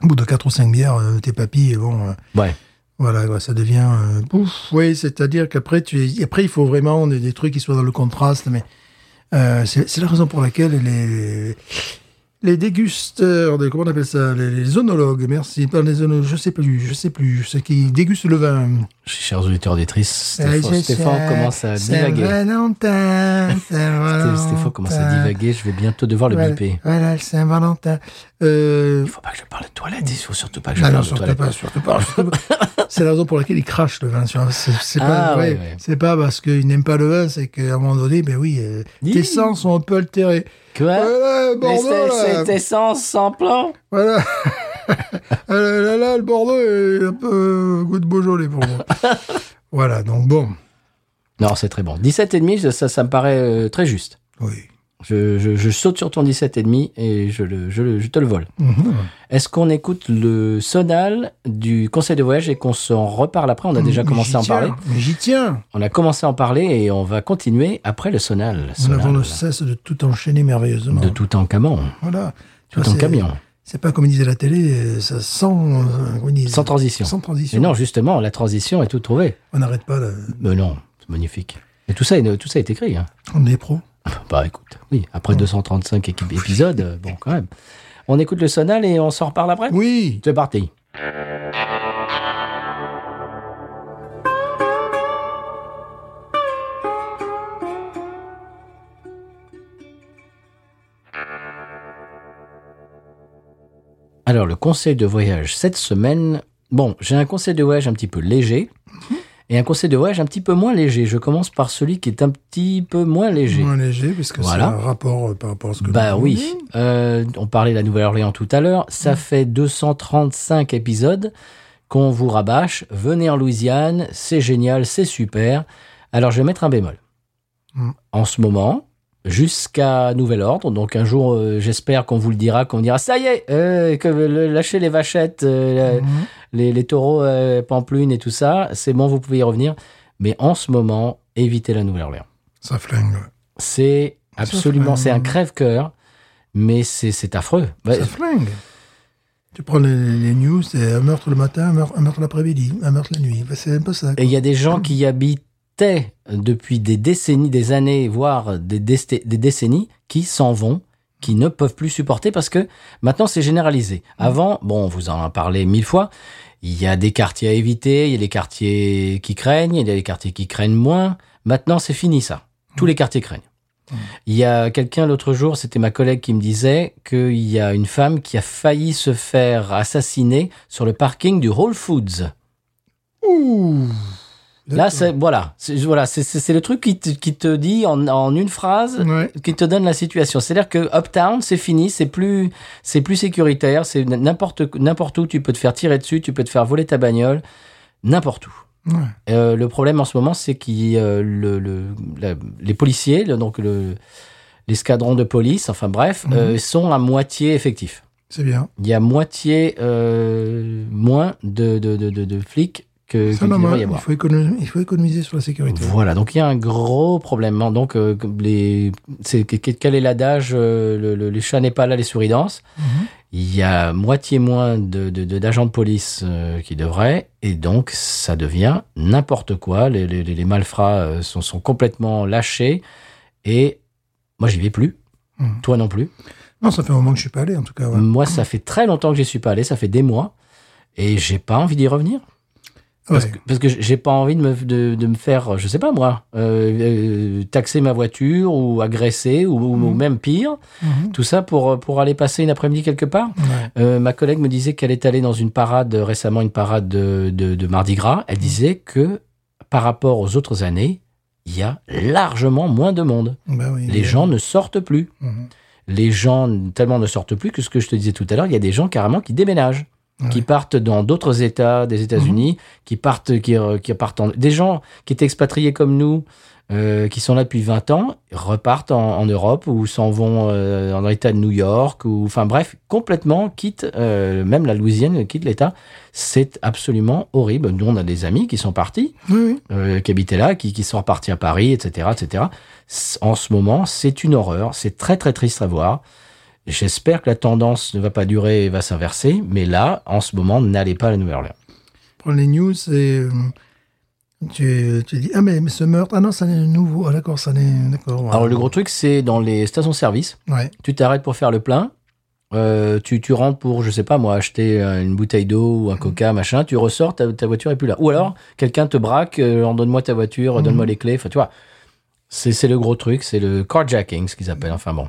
[SPEAKER 2] Au bout de quatre ou cinq bières, euh, tes papilles, et bon. euh,
[SPEAKER 1] Ouais.
[SPEAKER 2] voilà, ouais, ça devient. euh, pouf, oui, c'est-à-dire qu'après, tu es- après, il faut vraiment des, des trucs qui soient dans le contraste, mais Euh, c'est c'est la raison pour laquelle les, les dégusteurs, des- comment on appelle ça, les, les onologues, merci, pas les onologues, je sais plus, je sais plus, ceux qui dégustent le vin.
[SPEAKER 1] Chers auditeurs auditrices,
[SPEAKER 2] Euh,
[SPEAKER 1] Stéphane,
[SPEAKER 2] je
[SPEAKER 1] Stéphane
[SPEAKER 2] sais,
[SPEAKER 1] commence à
[SPEAKER 2] c'est
[SPEAKER 1] divaguer.
[SPEAKER 2] Valentin, c'est
[SPEAKER 1] Sté-
[SPEAKER 2] Valentin.
[SPEAKER 1] Stéphane commence à divaguer, je vais bientôt devoir le
[SPEAKER 2] Voilà,
[SPEAKER 1] biper.
[SPEAKER 2] Voilà, c'est un Valentin. Euh,
[SPEAKER 1] Il faut pas que je parle de toilette, il faut surtout pas que je
[SPEAKER 2] ah non,
[SPEAKER 1] parle de
[SPEAKER 2] surtout
[SPEAKER 1] toilette.
[SPEAKER 2] pas, surtout pas. surtout pas. c'est la raison pour laquelle il crache le vin. tu vois. C'est c'est pas,
[SPEAKER 1] Ah,
[SPEAKER 2] ouais,
[SPEAKER 1] ouais, ouais.
[SPEAKER 2] c'est pas parce qu'il n'aime pas le vin, c'est qu'à un moment donné, ben oui, euh, tes
[SPEAKER 1] Hi.
[SPEAKER 2] sens sont un peu altérés.
[SPEAKER 1] Quoi
[SPEAKER 2] Voilà, le
[SPEAKER 1] Mais
[SPEAKER 2] Bordeaux,
[SPEAKER 1] c'est
[SPEAKER 2] là.
[SPEAKER 1] cette essence sans plan
[SPEAKER 2] Voilà. Ah là, là, là, le Bordeaux est un peu euh, goût de Beaujolais pour moi. voilà, donc bon.
[SPEAKER 1] Non, c'est très bon. 17,5, ça, ça, ça me paraît euh, très juste.
[SPEAKER 2] Oui.
[SPEAKER 1] Je, je- je saute sur ton 17,5 et je, le, je, le- je te le vole.
[SPEAKER 2] Mhm.
[SPEAKER 1] Est-ce qu'on écoute le sonal du conseil de voyage et qu'on s'en reparle après On a déjà
[SPEAKER 2] Mais
[SPEAKER 1] commencé
[SPEAKER 2] Mhm. Mmh, j'y
[SPEAKER 1] à en parler.
[SPEAKER 2] tiens, Mais j'y tiens.
[SPEAKER 1] On a commencé à en parler et on va continuer après le sonal.
[SPEAKER 2] Nous
[SPEAKER 1] Sonal.
[SPEAKER 2] n'avons le cesse de tout enchaîner merveilleusement.
[SPEAKER 1] de tout en camion.
[SPEAKER 2] Voilà. Tu
[SPEAKER 1] Tout
[SPEAKER 2] vois,
[SPEAKER 1] en
[SPEAKER 2] c'est-
[SPEAKER 1] camion.
[SPEAKER 2] C'est pas comme disait la télé, euh, ça sans, euh, comment ils disent-
[SPEAKER 1] Sans transition.
[SPEAKER 2] Sans
[SPEAKER 1] Mais
[SPEAKER 2] transition.
[SPEAKER 1] non, justement, la transition est tout trouvée.
[SPEAKER 2] On n'arrête pas, là.
[SPEAKER 1] Mais non, c'est magnifique. Et tout ça, est- tout ça est écrit. hein.
[SPEAKER 2] on est pro.
[SPEAKER 1] Bah écoute, oui,
[SPEAKER 2] Mmh.
[SPEAKER 1] après 235 équi- épisodes, euh, bon quand même. On écoute le sonal et on s'en reparle après
[SPEAKER 2] Oui.
[SPEAKER 1] C'est parti. Alors, le conseil de voyage cette semaine. Bon, j'ai un conseil de voyage un petit peu léger et un conseil de voyage un petit peu moins léger. Je commence par celui qui est un petit peu moins léger.
[SPEAKER 2] Moins léger, puisque
[SPEAKER 1] Voilà.
[SPEAKER 2] c'est un rapport euh, par rapport à ce que
[SPEAKER 1] Bah
[SPEAKER 2] nous-
[SPEAKER 1] oui, Euh, on parlait de la Nouvelle-Orléans tout à l'heure, ça
[SPEAKER 2] Mm.
[SPEAKER 1] fait 235 épisodes qu'on vous rabâche, venez en Louisiane, c'est génial, c'est super. Alors je vais mettre un bémol.
[SPEAKER 2] Mm.
[SPEAKER 1] En ce moment, jusqu'à nouvel ordre, donc un jour euh, j'espère qu'on vous le dira, qu'on dira ça y est, euh, que le- lâchez les vachettes, euh,
[SPEAKER 2] Mhm.
[SPEAKER 1] les, les taureaux euh, pamplunes et tout ça, c'est bon, vous pouvez y revenir. Mais en ce moment, évitez la Nouvelle-Orléans.
[SPEAKER 2] Ça flingue. ouais.
[SPEAKER 1] C'est absolument,
[SPEAKER 2] flingue.
[SPEAKER 1] c'est un crève-cœur, mais c'est c'est affreux. Bah,
[SPEAKER 2] Ça flingue. Tu prends les, les news, c'est un meurtre le matin, un meurtre, un meurtre l'après-midi, un meurtre la nuit. Bah, c'est un peu ça. quoi.
[SPEAKER 1] et il y a des gens qui y habitaient depuis des décennies, des années, voire des, desté- des décennies, qui s'en vont, qui ne peuvent plus supporter parce que maintenant c'est généralisé. Avant, bon, on vous en a parlé mille fois, il y a des quartiers à éviter, il y a des quartiers qui craignent, il y a des quartiers qui craignent moins. Maintenant, c'est fini ça. Tous les quartiers craignent. Il y a quelqu'un l'autre jour, c'était ma collègue qui me disait qu'il y a une femme qui a failli se faire assassiner sur le parking du Whole Foods.
[SPEAKER 2] Ouh.
[SPEAKER 1] Là,
[SPEAKER 2] D'accord.
[SPEAKER 1] c'est voilà, c'est voilà, c'est- c'est c'est le truc qui te, qui te dit en, en une phrase,
[SPEAKER 2] Ouais.
[SPEAKER 1] qui te donne la situation. C'est-à-dire que Uptown, c'est fini, c'est plus c'est plus sécuritaire, c'est n'importe n'importe où tu peux te faire tirer dessus, tu peux te faire voler ta bagnole, n'importe où.
[SPEAKER 2] Ouais.
[SPEAKER 1] Euh, le problème en ce moment, c'est que le, le- la- les policiers, le- donc le- l'escadron de police, enfin bref,
[SPEAKER 2] Mhm.
[SPEAKER 1] euh, sont à moitié effectifs.
[SPEAKER 2] C'est bien.
[SPEAKER 1] Il y a moitié euh, moins de, de, de, de- de flics que, que
[SPEAKER 2] Ça,
[SPEAKER 1] qu'il
[SPEAKER 2] maman,
[SPEAKER 1] devrait y
[SPEAKER 2] il,
[SPEAKER 1] avoir.
[SPEAKER 2] faut économiser, il faut économiser sur la sécurité.
[SPEAKER 1] Voilà, donc il y a un gros problème. Donc, euh, les, c'est, quel est l'adage euh, le, le- Les chats n'est pas là, les souris dansent.
[SPEAKER 2] Mhm.
[SPEAKER 1] Il y a moitié moins de, de- de- d'agents de police euh, qui devraient, et donc ça devient n'importe quoi. Les, les- les- les malfrats euh, sont, sont complètement lâchés, et moi j'y vais plus.
[SPEAKER 2] Mhm.
[SPEAKER 1] Toi non plus.
[SPEAKER 2] Non, ça fait un moment que je suis pas allé, en tout cas. ouais.
[SPEAKER 1] Moi, ça fait très longtemps que j'y suis pas allé, ça fait des mois, et j'ai pas envie d'y revenir. Parce
[SPEAKER 2] Ouais.
[SPEAKER 1] que, parce que j'ai pas envie de me, de, de me faire, je sais pas moi, euh, euh, taxer ma voiture ou agresser ou, ou- ou
[SPEAKER 2] Mhm.
[SPEAKER 1] même pire.
[SPEAKER 2] Mhm.
[SPEAKER 1] Tout ça pour, pour aller passer une après-midi quelque part.
[SPEAKER 2] Ouais.
[SPEAKER 1] Euh, ma collègue me disait qu'elle est allée dans une parade euh, récemment, une parade de, de, de Mardi Gras. Elle disait que par rapport aux autres années, il y a largement moins de monde.
[SPEAKER 2] Bah oui.
[SPEAKER 1] Les gens ne sortent plus.
[SPEAKER 2] Mhm.
[SPEAKER 1] Les gens tellement ne sortent plus que ce que je te disais tout à l'heure, il y a des gens carrément qui déménagent qui
[SPEAKER 2] Ouais.
[SPEAKER 1] partent dans d'autres États des États-Unis, qui partent, qui, euh, qui partent en- des gens qui étaient expatriés comme nous, euh, qui sont là depuis 20 ans, repartent en, en Europe ou s'en vont euh, dans l'État de New York ou, enfin bref, complètement quittent euh, même la Louisiane, quittent l'État. C'est absolument horrible. Nous, on a des amis qui sont partis,
[SPEAKER 2] Oui, oui.
[SPEAKER 1] euh, qui habitaient là, qui, qui sont repartis à Paris, etc., etc. C- En ce moment, c'est une horreur. C'est très très triste à voir. J'espère que la tendance ne va pas durer et va s'inverser, mais là, en ce moment, n'allez pas à la Nouvelle-Orléans.
[SPEAKER 2] Prendre les news, c'est euh, tu, tu dis, ah mais, mais ce meurtre, ah non, ça n'est nouveau, ah d'accord, ça n'est... D'accord, ouais.
[SPEAKER 1] Alors, Ah, le gros truc, c'est dans les stations-service,
[SPEAKER 2] Ouais,
[SPEAKER 1] tu t'arrêtes pour faire le plein, euh, tu, tu rentres pour, je sais pas moi, acheter euh, une bouteille d'eau ou un coca, machin, tu ressors, ta, ta voiture est plus là. Ou alors, quelqu'un te braque, euh, genre, donne-moi ta voiture, donne-moi les clés, enfin, tu vois. C'est c'est le gros truc, c'est le carjacking, ce qu'ils appellent, enfin bon.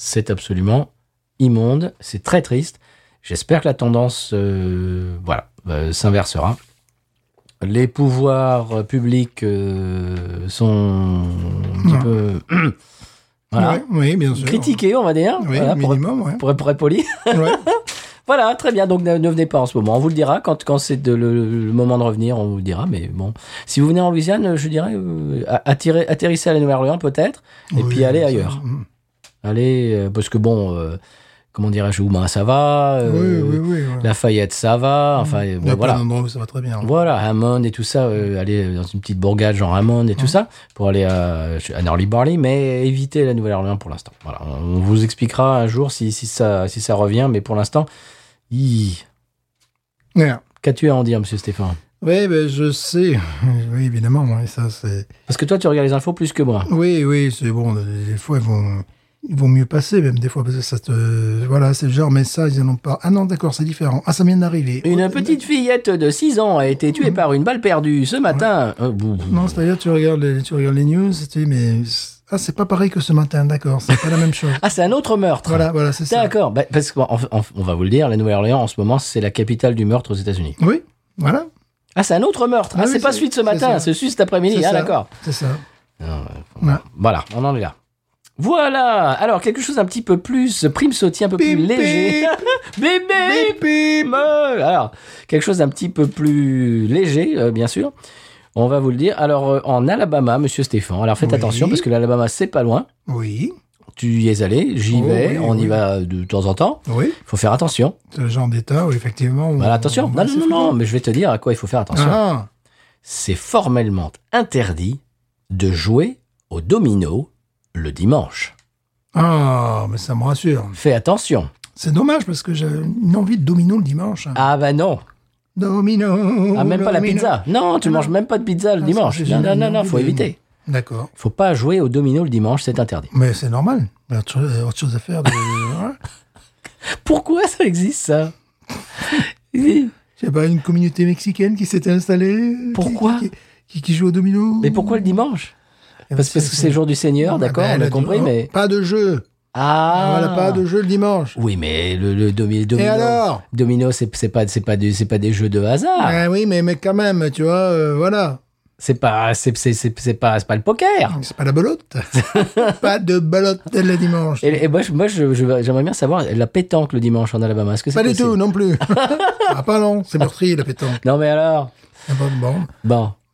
[SPEAKER 1] C'est absolument immonde, c'est très triste. J'espère que la tendance, euh, voilà, euh, s'inversera. Les pouvoirs euh, publics euh, sont un petit
[SPEAKER 2] Ouais.
[SPEAKER 1] peu... voilà
[SPEAKER 2] Ouais, oui, bien sûr.
[SPEAKER 1] critiquer, on va dire.
[SPEAKER 2] Oui,
[SPEAKER 1] Voilà, pour,
[SPEAKER 2] minimum, ouais.
[SPEAKER 1] pour- pour être poli.
[SPEAKER 2] Ouais.
[SPEAKER 1] Voilà, très bien. Donc ne, ne venez pas en ce moment. On vous le dira quand, quand c'est de- le, le moment de revenir, on vous le dira. Mais bon, si vous venez en Louisiane, je dirais euh, a- attirez- atterrissez à la Nouvelle-Orléans peut-être, et
[SPEAKER 2] Oui,
[SPEAKER 1] puis allez
[SPEAKER 2] ça-
[SPEAKER 1] ailleurs.
[SPEAKER 2] Mm.
[SPEAKER 1] Allez, euh, parce que bon, euh, comment dirais-je, Oumain, ça va. euh,
[SPEAKER 2] oui, Mm. oui, oui. ouais.
[SPEAKER 1] Lafayette, ça va. Enfin, euh,
[SPEAKER 2] Il y a
[SPEAKER 1] bon,
[SPEAKER 2] plein
[SPEAKER 1] voilà.
[SPEAKER 2] d'endroits où ça va très bien.
[SPEAKER 1] Voilà, Hammond et tout ça,
[SPEAKER 2] Mmh.
[SPEAKER 1] euh, aller dans une petite bourgade genre Hammond et tout ça, pour aller à, à Norley Barley, mais éviter la Nouvelle-Orléans pour l'instant. Voilà, on vous expliquera un jour si, si, ça, si ça revient, mais pour l'instant, hi.
[SPEAKER 2] Ouais.
[SPEAKER 1] qu'as-tu à en dire, monsieur Stéphane
[SPEAKER 2] Oui, ben, je sais. Oui, évidemment. ouais, ça, c'est...
[SPEAKER 1] Parce que toi, tu regardes les infos plus que moi.
[SPEAKER 2] Oui, oui, c'est bon. Des fois, ils vont, ils vont mieux passer, même des fois, parce que ça te. Voilà, c'est le genre, mais ça, ils en ont pas. Ah non, d'accord, c'est différent. Ah, ça vient d'arriver.
[SPEAKER 1] Une petite fillette de 6 ans a été tuée par une balle perdue ce matin. Euh, bouh, bouh.
[SPEAKER 2] Mmh. Non, c'est-à-dire, tu regardes les, tu regardes les news, et tu dis, mais. Ah, c'est pas pareil que ce matin, d'accord, c'est pas la même chose.
[SPEAKER 1] Ah, c'est un autre meurtre.
[SPEAKER 2] Voilà, voilà, c'est ça.
[SPEAKER 1] D'accord, Bah, parce qu'on on- on va vous le dire, la Nouvelle-Orléans en ce moment, c'est la capitale du meurtre aux États-Unis.
[SPEAKER 2] Oui, voilà.
[SPEAKER 1] Ah, c'est un autre meurtre. Ah,
[SPEAKER 2] Ah oui,
[SPEAKER 1] c'est pas
[SPEAKER 2] c'est-
[SPEAKER 1] celui de ce
[SPEAKER 2] c'est
[SPEAKER 1] matin,
[SPEAKER 2] ça.
[SPEAKER 1] c'est celui de cet après-midi.
[SPEAKER 2] C'est
[SPEAKER 1] Ah,
[SPEAKER 2] ça.
[SPEAKER 1] d'accord.
[SPEAKER 2] C'est ça.
[SPEAKER 1] Non, ouais, faut-
[SPEAKER 2] Ouais.
[SPEAKER 1] Voilà, on en est là. Voilà, alors quelque chose un petit peu plus prime sautier, un peu plus
[SPEAKER 2] Bip,
[SPEAKER 1] léger. Bip, bip, bip. Alors, quelque chose d'un petit peu plus léger, euh, bien sûr. On va vous le dire. Alors, euh, en Alabama, monsieur Stéphane, alors faites
[SPEAKER 2] Oui.
[SPEAKER 1] attention parce que l'Alabama, c'est pas loin.
[SPEAKER 2] Oui,
[SPEAKER 1] Tu y es allé, j'y
[SPEAKER 2] Oh,
[SPEAKER 1] vais,
[SPEAKER 2] oui,
[SPEAKER 1] on y
[SPEAKER 2] oui.
[SPEAKER 1] va de temps en temps.
[SPEAKER 2] oui.
[SPEAKER 1] Il faut faire attention.
[SPEAKER 2] C'est le genre d'état où, effectivement. on-
[SPEAKER 1] Voilà, Bah, attention.
[SPEAKER 2] on-
[SPEAKER 1] Non, non, non,
[SPEAKER 2] c'est
[SPEAKER 1] non, mais je vais te dire à quoi il faut faire attention.
[SPEAKER 2] Ah,
[SPEAKER 1] c'est formellement interdit de jouer au domino le dimanche.
[SPEAKER 2] ah, mais ça me rassure.
[SPEAKER 1] Fais attention.
[SPEAKER 2] C'est dommage parce que j'ai une envie de domino le dimanche.
[SPEAKER 1] Ah bah non,
[SPEAKER 2] Domino.
[SPEAKER 1] ah, même pas la
[SPEAKER 2] domino.
[SPEAKER 1] pizza. Non, tu
[SPEAKER 2] Ah non.
[SPEAKER 1] manges même pas de pizza le
[SPEAKER 2] Ah,
[SPEAKER 1] dimanche.
[SPEAKER 2] ça, j'ai
[SPEAKER 1] Non, non,
[SPEAKER 2] jamais
[SPEAKER 1] non, non,
[SPEAKER 2] envie
[SPEAKER 1] faut
[SPEAKER 2] de-
[SPEAKER 1] éviter.
[SPEAKER 2] D'accord.
[SPEAKER 1] Faut pas jouer au domino le dimanche, c'est interdit.
[SPEAKER 2] Mais c'est normal. Il y a autre chose, autre chose à faire. de- hein. voilà.
[SPEAKER 1] Pourquoi ça existe ça
[SPEAKER 2] Je sais pas, une communauté mexicaine qui s'était installée. euh, qui-
[SPEAKER 1] Pourquoi
[SPEAKER 2] qui, qui- qui joue au domino.
[SPEAKER 1] Mais pourquoi le dimanche
[SPEAKER 2] Eh ben,
[SPEAKER 1] Parce, parce que c'est le jour du Seigneur,
[SPEAKER 2] Ah,
[SPEAKER 1] d'accord,
[SPEAKER 2] ben,
[SPEAKER 1] on a
[SPEAKER 2] là,
[SPEAKER 1] compris,
[SPEAKER 2] oh,
[SPEAKER 1] mais
[SPEAKER 2] Pas de jeu.
[SPEAKER 1] ah
[SPEAKER 2] Voilà, pas de jeu le dimanche.
[SPEAKER 1] Oui, mais le, le domi- domino,
[SPEAKER 2] alors
[SPEAKER 1] domino, c'est c'est pas c'est pas du- c'est pas des jeux de hasard.
[SPEAKER 2] Ah oui, mais, mais quand même, tu vois, euh, voilà.
[SPEAKER 1] C'est pas c'est c'est- c'est- c'est pas c'est pas le poker.
[SPEAKER 2] C'est pas la belote. pas de belote le dimanche.
[SPEAKER 1] Et, et moi, je- moi je- je- j'aimerais bien savoir la pétanque le dimanche en Alabama. Est-ce que c'est
[SPEAKER 2] Pas du
[SPEAKER 1] possible
[SPEAKER 2] tout, non plus. ah, pas non, c'est meurtrier la pétanque.
[SPEAKER 1] Non, mais alors
[SPEAKER 2] Ah, bon, Bon,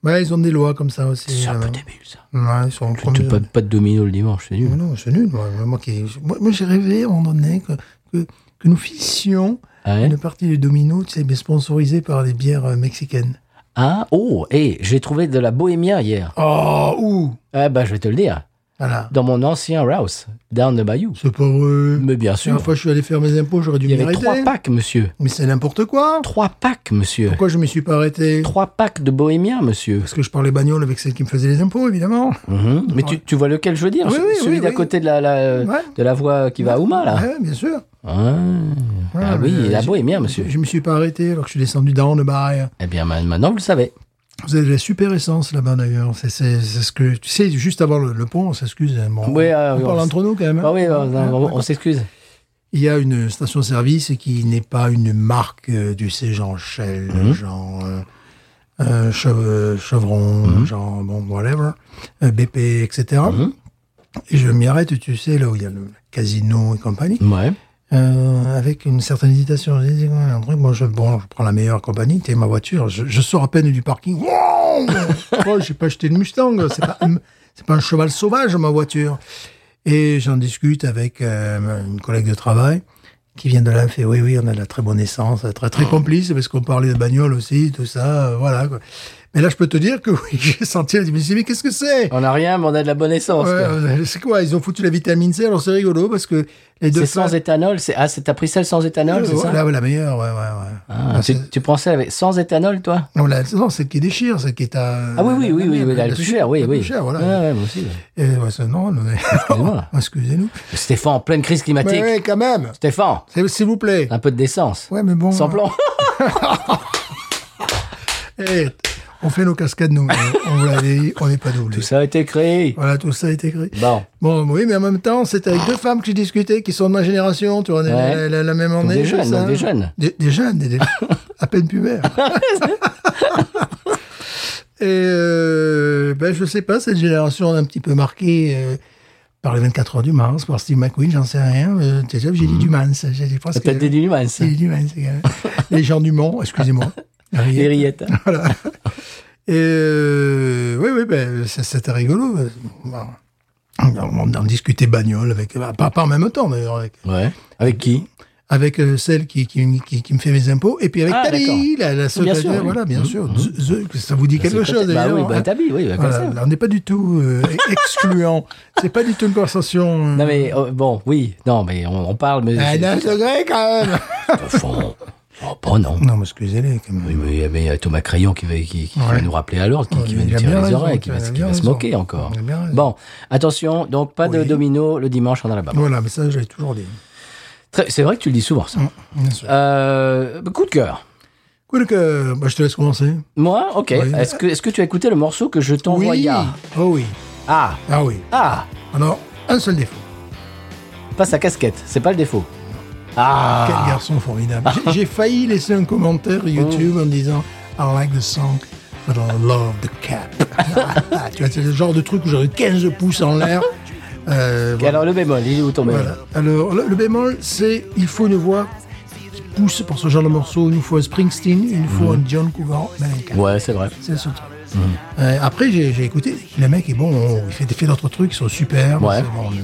[SPEAKER 1] Bon,
[SPEAKER 2] ouais, ils ont des lois comme ça aussi.
[SPEAKER 1] c'est un peu
[SPEAKER 2] euh,
[SPEAKER 1] débile, ça.
[SPEAKER 2] Ouais, ils sont
[SPEAKER 1] Tu- tu- Pas, pas de domino le dimanche, c'est
[SPEAKER 2] Mais
[SPEAKER 1] nul.
[SPEAKER 2] non, c'est nul. Moi, moi, qui- moi- moi, j'ai rêvé à un moment donné que, que, que nous fissions
[SPEAKER 1] Ah, ouais
[SPEAKER 2] une partie du domino, tu sais, mais sponsorisée par les bières euh, mexicaines.
[SPEAKER 1] Ah, oh, et j'ai trouvé de la bohémia hier.
[SPEAKER 2] Oh, ouh
[SPEAKER 1] Ah bah, je vais te le dire.
[SPEAKER 2] Voilà.
[SPEAKER 1] Dans mon ancien house, down the bayou.
[SPEAKER 2] C'est pas vrai.
[SPEAKER 1] Mais bien sûr,
[SPEAKER 2] Une fois, je suis allé faire mes impôts, j'aurais dû
[SPEAKER 1] il y avait
[SPEAKER 2] m'y
[SPEAKER 1] trois
[SPEAKER 2] arrêter.
[SPEAKER 1] packs, monsieur.
[SPEAKER 2] Mais c'est n'importe quoi.
[SPEAKER 1] Trois packs, monsieur.
[SPEAKER 2] Pourquoi je me suis pas arrêté
[SPEAKER 1] Trois packs de bohémia, monsieur.
[SPEAKER 2] Parce que je parlais bagnole avec celle qui me faisait les impôts, évidemment.
[SPEAKER 1] Mhm. Mais tu, tu vois lequel je veux dire
[SPEAKER 2] Oui,
[SPEAKER 1] ce-
[SPEAKER 2] oui,
[SPEAKER 1] Celui
[SPEAKER 2] oui,
[SPEAKER 1] d'à
[SPEAKER 2] oui.
[SPEAKER 1] côté de la, la-
[SPEAKER 2] Ouais.
[SPEAKER 1] de la voie qui va à Houma, là.
[SPEAKER 2] Ouais, bien sûr.
[SPEAKER 1] Ah, ah
[SPEAKER 2] Ouais,
[SPEAKER 1] oui,
[SPEAKER 2] mais
[SPEAKER 1] la
[SPEAKER 2] je-
[SPEAKER 1] bohémia, monsieur.
[SPEAKER 2] Je, je me suis pas arrêté alors que je suis descendu dans le bar.
[SPEAKER 1] Eh bien, ma- maintenant, vous le savez.
[SPEAKER 2] Vous avez de la super essence là-bas d'ailleurs. C'est c'est- c'est ce que tu sais juste avant le, le pont. On s'excuse. hein, Bon,
[SPEAKER 1] Oui,
[SPEAKER 2] on,
[SPEAKER 1] euh,
[SPEAKER 2] on parle
[SPEAKER 1] on-
[SPEAKER 2] entre nous quand même. hein.
[SPEAKER 1] Ah oui, on,
[SPEAKER 2] Ouais,
[SPEAKER 1] on- on
[SPEAKER 2] d'accord.
[SPEAKER 1] s'excuse.
[SPEAKER 2] Il y a une station-service qui n'est pas une marque euh, du sais genre Shell, genre euh, euh, Che- euh, Chevron, genre bon whatever, euh, BP, etc. Et je m'y arrête. Tu sais là où il y a le casino et compagnie.
[SPEAKER 1] Ouais.
[SPEAKER 2] Euh, avec une certaine hésitation. Je dis, ouais, un truc, moi, je, bon, je prends la meilleure compagnie, t'es ma voiture. Je, je sors à peine du parking. Wow Pourquoi j'ai pas acheté de Mustang. C'est pas, un- c'est pas un cheval sauvage, ma voiture. Et j'en discute avec euh, une collègue de travail qui vient de là, elle fait
[SPEAKER 1] Ah.
[SPEAKER 2] oui, oui, on a de la très bonne essence, très, très complice, parce qu'on parlait de bagnole aussi, tout ça, euh, voilà. quoi. Mais là, je peux te dire que oui, j'ai senti la difficulté. Mais qu'est-ce que c'est
[SPEAKER 1] On n'a rien, mais on a de la bonne essence.
[SPEAKER 2] Ouais,
[SPEAKER 1] quoi.
[SPEAKER 2] euh, C'est quoi Ils ont foutu la vitamine C, alors c'est rigolo parce que les deux.
[SPEAKER 1] C'est sans
[SPEAKER 2] faces-
[SPEAKER 1] éthanol. C'est ah, c'est- t'as pris celle sans éthanol, c'est ça
[SPEAKER 2] Voilà, ouais, la meilleure, ouais, ouais, ouais.
[SPEAKER 1] Ah,
[SPEAKER 2] Ah,
[SPEAKER 1] tu,
[SPEAKER 2] c'est-
[SPEAKER 1] tu prends celle avec sans éthanol, toi
[SPEAKER 2] Non, la- non, celle qui déchire, celle qui est à.
[SPEAKER 1] Ah oui, oui, oui, oui, oui, la,
[SPEAKER 2] la
[SPEAKER 1] plus
[SPEAKER 2] suite,
[SPEAKER 1] chère, oui,
[SPEAKER 2] la
[SPEAKER 1] oui. Ah,
[SPEAKER 2] plus chère, voilà.
[SPEAKER 1] Ouais, ouais, moi aussi. ouais.
[SPEAKER 2] Et, ouais, c'est- non, non, mais-
[SPEAKER 1] Excuse-moi.
[SPEAKER 2] Excusez-nous.
[SPEAKER 1] Stéphane, en pleine crise climatique.
[SPEAKER 2] Mais ouais, quand même.
[SPEAKER 1] Stéphane,
[SPEAKER 2] C'est- S'il vous plaît.
[SPEAKER 1] un peu de décence.
[SPEAKER 2] Ouais, mais bon.
[SPEAKER 1] Ah. Sans plan.
[SPEAKER 2] Eh, on fait nos cascades, nous. on vous l'avait dit, on n'est pas doublés.
[SPEAKER 1] Tout ça a été créé.
[SPEAKER 2] Voilà, tout ça est écrit.
[SPEAKER 1] Bon,
[SPEAKER 2] Bon, oui, mais en même temps, c'est avec deux femmes que j'ai discuté, qui sont de ma génération, tu vois, on est
[SPEAKER 1] Ouais.
[SPEAKER 2] la, la- la même
[SPEAKER 1] donc
[SPEAKER 2] année.
[SPEAKER 1] des
[SPEAKER 2] c'est
[SPEAKER 1] jeunes,
[SPEAKER 2] ça hein.
[SPEAKER 1] donc des jeunes.
[SPEAKER 2] Des, des jeunes, des, des- à peine pubères. Et euh, ben, je sais pas, cette génération est un petit peu marquée euh, par les 24 heures du Mans, par Steve McQueen, j'en sais rien. Euh, tu sais, j'ai dit du Mans, j'ai dit presque.
[SPEAKER 1] Mhm. Peut-être des Numan,
[SPEAKER 2] J'ai dit du Mans, c'est quand même- les gens du Mans, excusez-moi.
[SPEAKER 1] Des rillettes.
[SPEAKER 2] Voilà. Et euh, oui, oui, ben, c'est- c'était rigolo. Bon. On en discutait bagnole, avec, bah, pas, pas en même temps d'ailleurs, avec,
[SPEAKER 1] Ouais. Avec qui
[SPEAKER 2] avec euh, celle qui, qui, qui, qui me fait mes impôts, et puis avec
[SPEAKER 1] Ah,
[SPEAKER 2] Tali, la, la secrétaire,
[SPEAKER 1] sûr, oui.
[SPEAKER 2] voilà, bien sûr. The- the- ça vous dit quelque
[SPEAKER 1] C'est
[SPEAKER 2] chose
[SPEAKER 1] peut-être- Bah
[SPEAKER 2] d'ailleurs,
[SPEAKER 1] oui,
[SPEAKER 2] hein.
[SPEAKER 1] bah t'habilles, oui, bah, comme
[SPEAKER 2] Voilà,
[SPEAKER 1] ça.
[SPEAKER 2] là, on n'est pas du tout euh, excluant. C'est pas du tout une conversation. euh,
[SPEAKER 1] Non mais euh, bon, oui, non mais on, on parle, mais
[SPEAKER 2] Ah, d'un degré, quand même.
[SPEAKER 1] Stéphane. Oh, bon, non.
[SPEAKER 2] non, mais excusez-les quand même.
[SPEAKER 1] Oui, mais il y avait euh, Thomas Crayon qui va, qui, qui va
[SPEAKER 2] Ouais. Oh,
[SPEAKER 1] nous rappeler à l'ordre, qui, qui
[SPEAKER 2] Il
[SPEAKER 1] va
[SPEAKER 2] a
[SPEAKER 1] nous
[SPEAKER 2] bien
[SPEAKER 1] tirer les
[SPEAKER 2] raison,
[SPEAKER 1] oreilles, qui
[SPEAKER 2] il
[SPEAKER 1] va,
[SPEAKER 2] a
[SPEAKER 1] qui
[SPEAKER 2] bien
[SPEAKER 1] va se
[SPEAKER 2] raison.
[SPEAKER 1] moquer encore.
[SPEAKER 2] Il a bien raison.
[SPEAKER 1] Bon, attention, donc pas de
[SPEAKER 2] Oui.
[SPEAKER 1] domino le dimanche en Alabama.
[SPEAKER 2] Voilà, mais ça, je l'ai toujours dit.
[SPEAKER 1] Très- C'est vrai que tu le dis souvent ça.
[SPEAKER 2] Bien sûr.
[SPEAKER 1] Euh, coup de cœur.
[SPEAKER 2] Coup de cœur. Bah, je te laisse commencer.
[SPEAKER 1] Moi, ok.
[SPEAKER 2] Oui.
[SPEAKER 1] Est-ce que, est que tu as écouté le morceau que je t'envoyais
[SPEAKER 2] Oh oui.
[SPEAKER 1] Ah,
[SPEAKER 2] Ah oui.
[SPEAKER 1] ah,
[SPEAKER 2] Alors, un seul défaut.
[SPEAKER 1] pas sa casquette, c'est pas le défaut. Ah,
[SPEAKER 2] Quel garçon formidable. J'ai- J'ai failli laisser un commentaire YouTube en disant I like the song, but I love the cap. Ah, tu vois, c'est le genre de truc où j'aurais 15 pouces en l'air. Euh,
[SPEAKER 1] Et alors le bémol, il est où ton bémol
[SPEAKER 2] Voilà. Alors, le, le bémol, c'est il faut une voix qui pousse pour ce genre de morceau. Il nous faut un Springsteen, il nous faut un John Cougar, mais un cap.
[SPEAKER 1] Ouais, c'est vrai.
[SPEAKER 2] C'est le seul truc. Euh, après, j'ai j'ai écouté. Le mec est bon, on- il fait, il fait d'autres trucs, ils sont super.
[SPEAKER 1] Ouais.
[SPEAKER 2] c'est bon, le-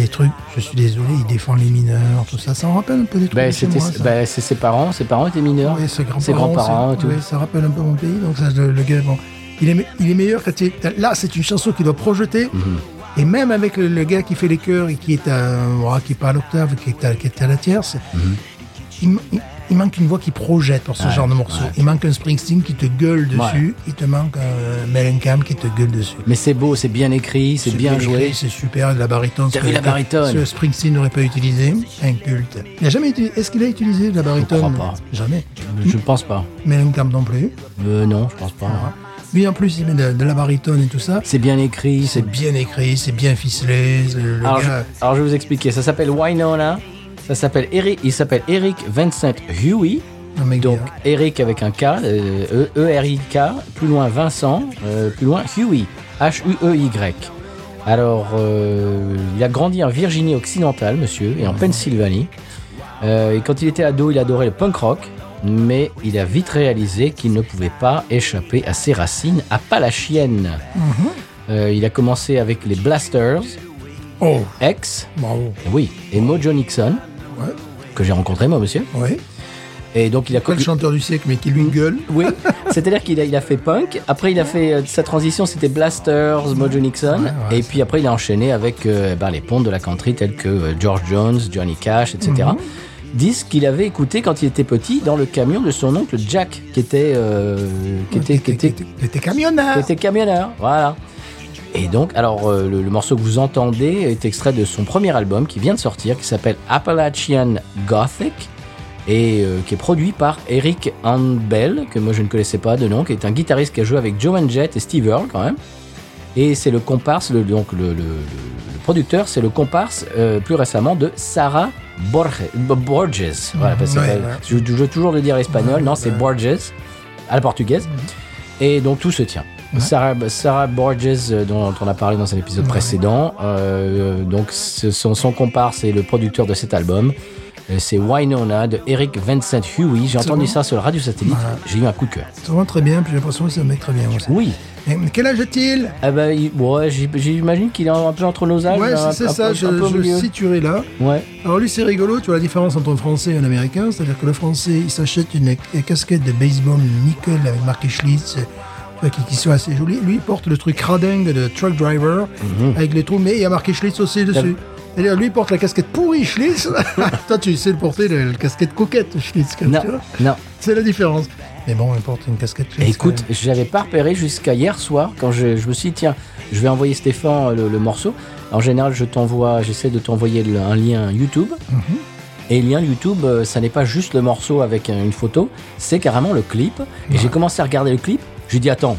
[SPEAKER 2] les trucs, je suis désolé, il défend les mineurs, tout ça. Ça en rappelle un peu des trucs.
[SPEAKER 1] Ben,
[SPEAKER 2] de chez
[SPEAKER 1] c'était,
[SPEAKER 2] moi, ça.
[SPEAKER 1] ben, c'est ses parents, ses parents étaient mineurs.
[SPEAKER 2] Ouais, ses grands-parents.
[SPEAKER 1] ses grands-parents et
[SPEAKER 2] c'est-
[SPEAKER 1] tout.
[SPEAKER 2] ouais, ça rappelle un peu mon pays. Donc, ça, le, le gars, bon. Il est, me- il est meilleur quand il est- Là, c'est une chanson qu'il doit projeter.
[SPEAKER 1] Mhm.
[SPEAKER 2] Et même avec le, le gars qui fait les chœurs et qui est à, oh, qui est pas à l'octave, qui est à, qui est à la tierce,
[SPEAKER 1] Mhm.
[SPEAKER 2] il, m- il- il manque une voix qui projette pour ce genre de morceau. Il manque un Springsteen qui te gueule dessus. Il te manque un Mellencamp qui te gueule dessus.
[SPEAKER 1] Mais c'est beau, c'est bien écrit, c'est,
[SPEAKER 2] C'est
[SPEAKER 1] bien, joué.
[SPEAKER 2] écrit, C'est super, de la baritone.
[SPEAKER 1] T'as
[SPEAKER 2] ce
[SPEAKER 1] vu
[SPEAKER 2] que-
[SPEAKER 1] la baritone
[SPEAKER 2] Ce Springsteen n'aurait pas utilisé. Inculte. Il a jamais utilisé. Est-ce qu'il a utilisé de la baritone
[SPEAKER 1] crois pas.
[SPEAKER 2] Jamais.
[SPEAKER 1] Je ne pense pas.
[SPEAKER 2] Mellencamp non plus.
[SPEAKER 1] Euh, non, je pense pas.
[SPEAKER 2] Ah. Lui en plus il met de, de la baritone et tout ça.
[SPEAKER 1] C'est bien écrit, c'est
[SPEAKER 2] C'est bien écrit, c'est bien ficelé. c'est Le, le
[SPEAKER 1] Alors,
[SPEAKER 2] gars,
[SPEAKER 1] je, alors, je vais vous expliquer. Ça s'appelle Winona. Ça s'appelle Eric. Il s'appelle Eric Vincent Huey.
[SPEAKER 2] un mec
[SPEAKER 1] Donc
[SPEAKER 2] bien.
[SPEAKER 1] Eric avec un K, euh, E- E-R-I-K, plus loin Vincent, euh, plus loin Huey, H-U-E-Y. Alors, euh, il a grandi en Virginie occidentale, monsieur, et en Pennsylvanie. Euh, et quand il était ado, il adorait le punk rock, mais il a vite réalisé qu'il ne pouvait pas échapper à ses racines appalachiennes. Euh, il a commencé avec les Blasters,
[SPEAKER 2] Oh,
[SPEAKER 1] X,
[SPEAKER 2] bravo.
[SPEAKER 1] oui, et Mojo Nixon,
[SPEAKER 2] Ouais,
[SPEAKER 1] que j'ai rencontré moi, monsieur.
[SPEAKER 2] ouais.
[SPEAKER 1] Et donc il a
[SPEAKER 2] Quel chanteur du siècle, mais qui
[SPEAKER 1] Mm.
[SPEAKER 2] lui gueule.
[SPEAKER 1] Oui, c'est-à-dire qu'il a, il a fait punk, après il a fait euh, sa transition, c'était Blasters, Mojo Nixon,
[SPEAKER 2] ouais,
[SPEAKER 1] et puis après il a enchaîné avec euh, ben, les pontes de la country tels que euh, George Jones, Johnny Cash, etc.
[SPEAKER 2] Mhm.
[SPEAKER 1] Disques qu'il avait écouté quand il était petit dans le camion de son oncle Jack, qui était, euh, qui était, qui était, qui
[SPEAKER 2] qui était camionneur.
[SPEAKER 1] était camionneur. Voilà. Et donc, alors euh, le, le morceau que vous entendez est extrait de son premier album qui vient de sortir, qui s'appelle Appalachian Gothic et euh, qui est produit par Eric Handbell, que moi je ne connaissais pas de nom, qui est un guitariste qui a joué avec Joan Jett et Steve Earle quand même. Et c'est le comparse, le- donc le, le- le producteur, c'est le comparse euh, plus récemment de Sarah Borge- B- Borges. Voilà, parce que
[SPEAKER 2] Ouais,
[SPEAKER 1] ça-
[SPEAKER 2] ouais.
[SPEAKER 1] Je, je veux toujours le dire espagnol, non, c'est Borges, à la portugaise. Et donc tout se tient. Sarah, Sarah Borges, euh, dont on a parlé dans un épisode précédent, euh, donc ce- son, son comparse et le producteur de cet album, euh, c'est Winona de Eric Vincent Huey. J'ai entendu
[SPEAKER 2] bon
[SPEAKER 1] ça sur la radio satellite,
[SPEAKER 2] Voilà.
[SPEAKER 1] j'ai eu un coup de cœur.
[SPEAKER 2] C'est vraiment très bien, puis j'ai l'impression que c'est un mec très bien aussi.
[SPEAKER 1] Oui,
[SPEAKER 2] Et quel âge a-t-il
[SPEAKER 1] ah bah, il- ouais, j'ai- j'imagine qu'il est un peu entre nos âges.
[SPEAKER 2] Ouais,
[SPEAKER 1] un- Ah,
[SPEAKER 2] c'est- c'est
[SPEAKER 1] un peu-
[SPEAKER 2] ça,
[SPEAKER 1] un
[SPEAKER 2] je,
[SPEAKER 1] peu au
[SPEAKER 2] je le
[SPEAKER 1] milieu.
[SPEAKER 2] situerai là.
[SPEAKER 1] Ouais.
[SPEAKER 2] Alors lui, c'est rigolo, tu vois la différence entre un Français et un Américain, c'est-à-dire que le Français, il s'achète une, une casquette de baseball nickel avec marqué Schlitz, enfin, qui, qui sont assez jolis. Lui, il porte le truc radingue de truck driver
[SPEAKER 1] Mhm.
[SPEAKER 2] avec les trous, mais il y a marqué Schlitz aussi dessus. C'est-à-dire, lui, il porte la casquette pourrie Schlitz. Toi, tu sais le porter, la, la casquette coquette Schlitz. comme
[SPEAKER 1] Non,
[SPEAKER 2] tu vois.
[SPEAKER 1] non.
[SPEAKER 2] C'est la différence. Mais bon, il porte une casquette Schlitz.
[SPEAKER 1] Écoute, j'avais pas repéré jusqu'à hier soir quand je, je me suis dit tiens, je vais envoyer Stéphane euh, le, le morceau. En général, je t'envoie, j'essaie de t'envoyer le- un lien YouTube. Et le lien YouTube, euh, ça n'est pas juste le morceau avec euh, une photo, c'est carrément le clip. Et j'ai commencé à regarder le clip. Je lui dis attends,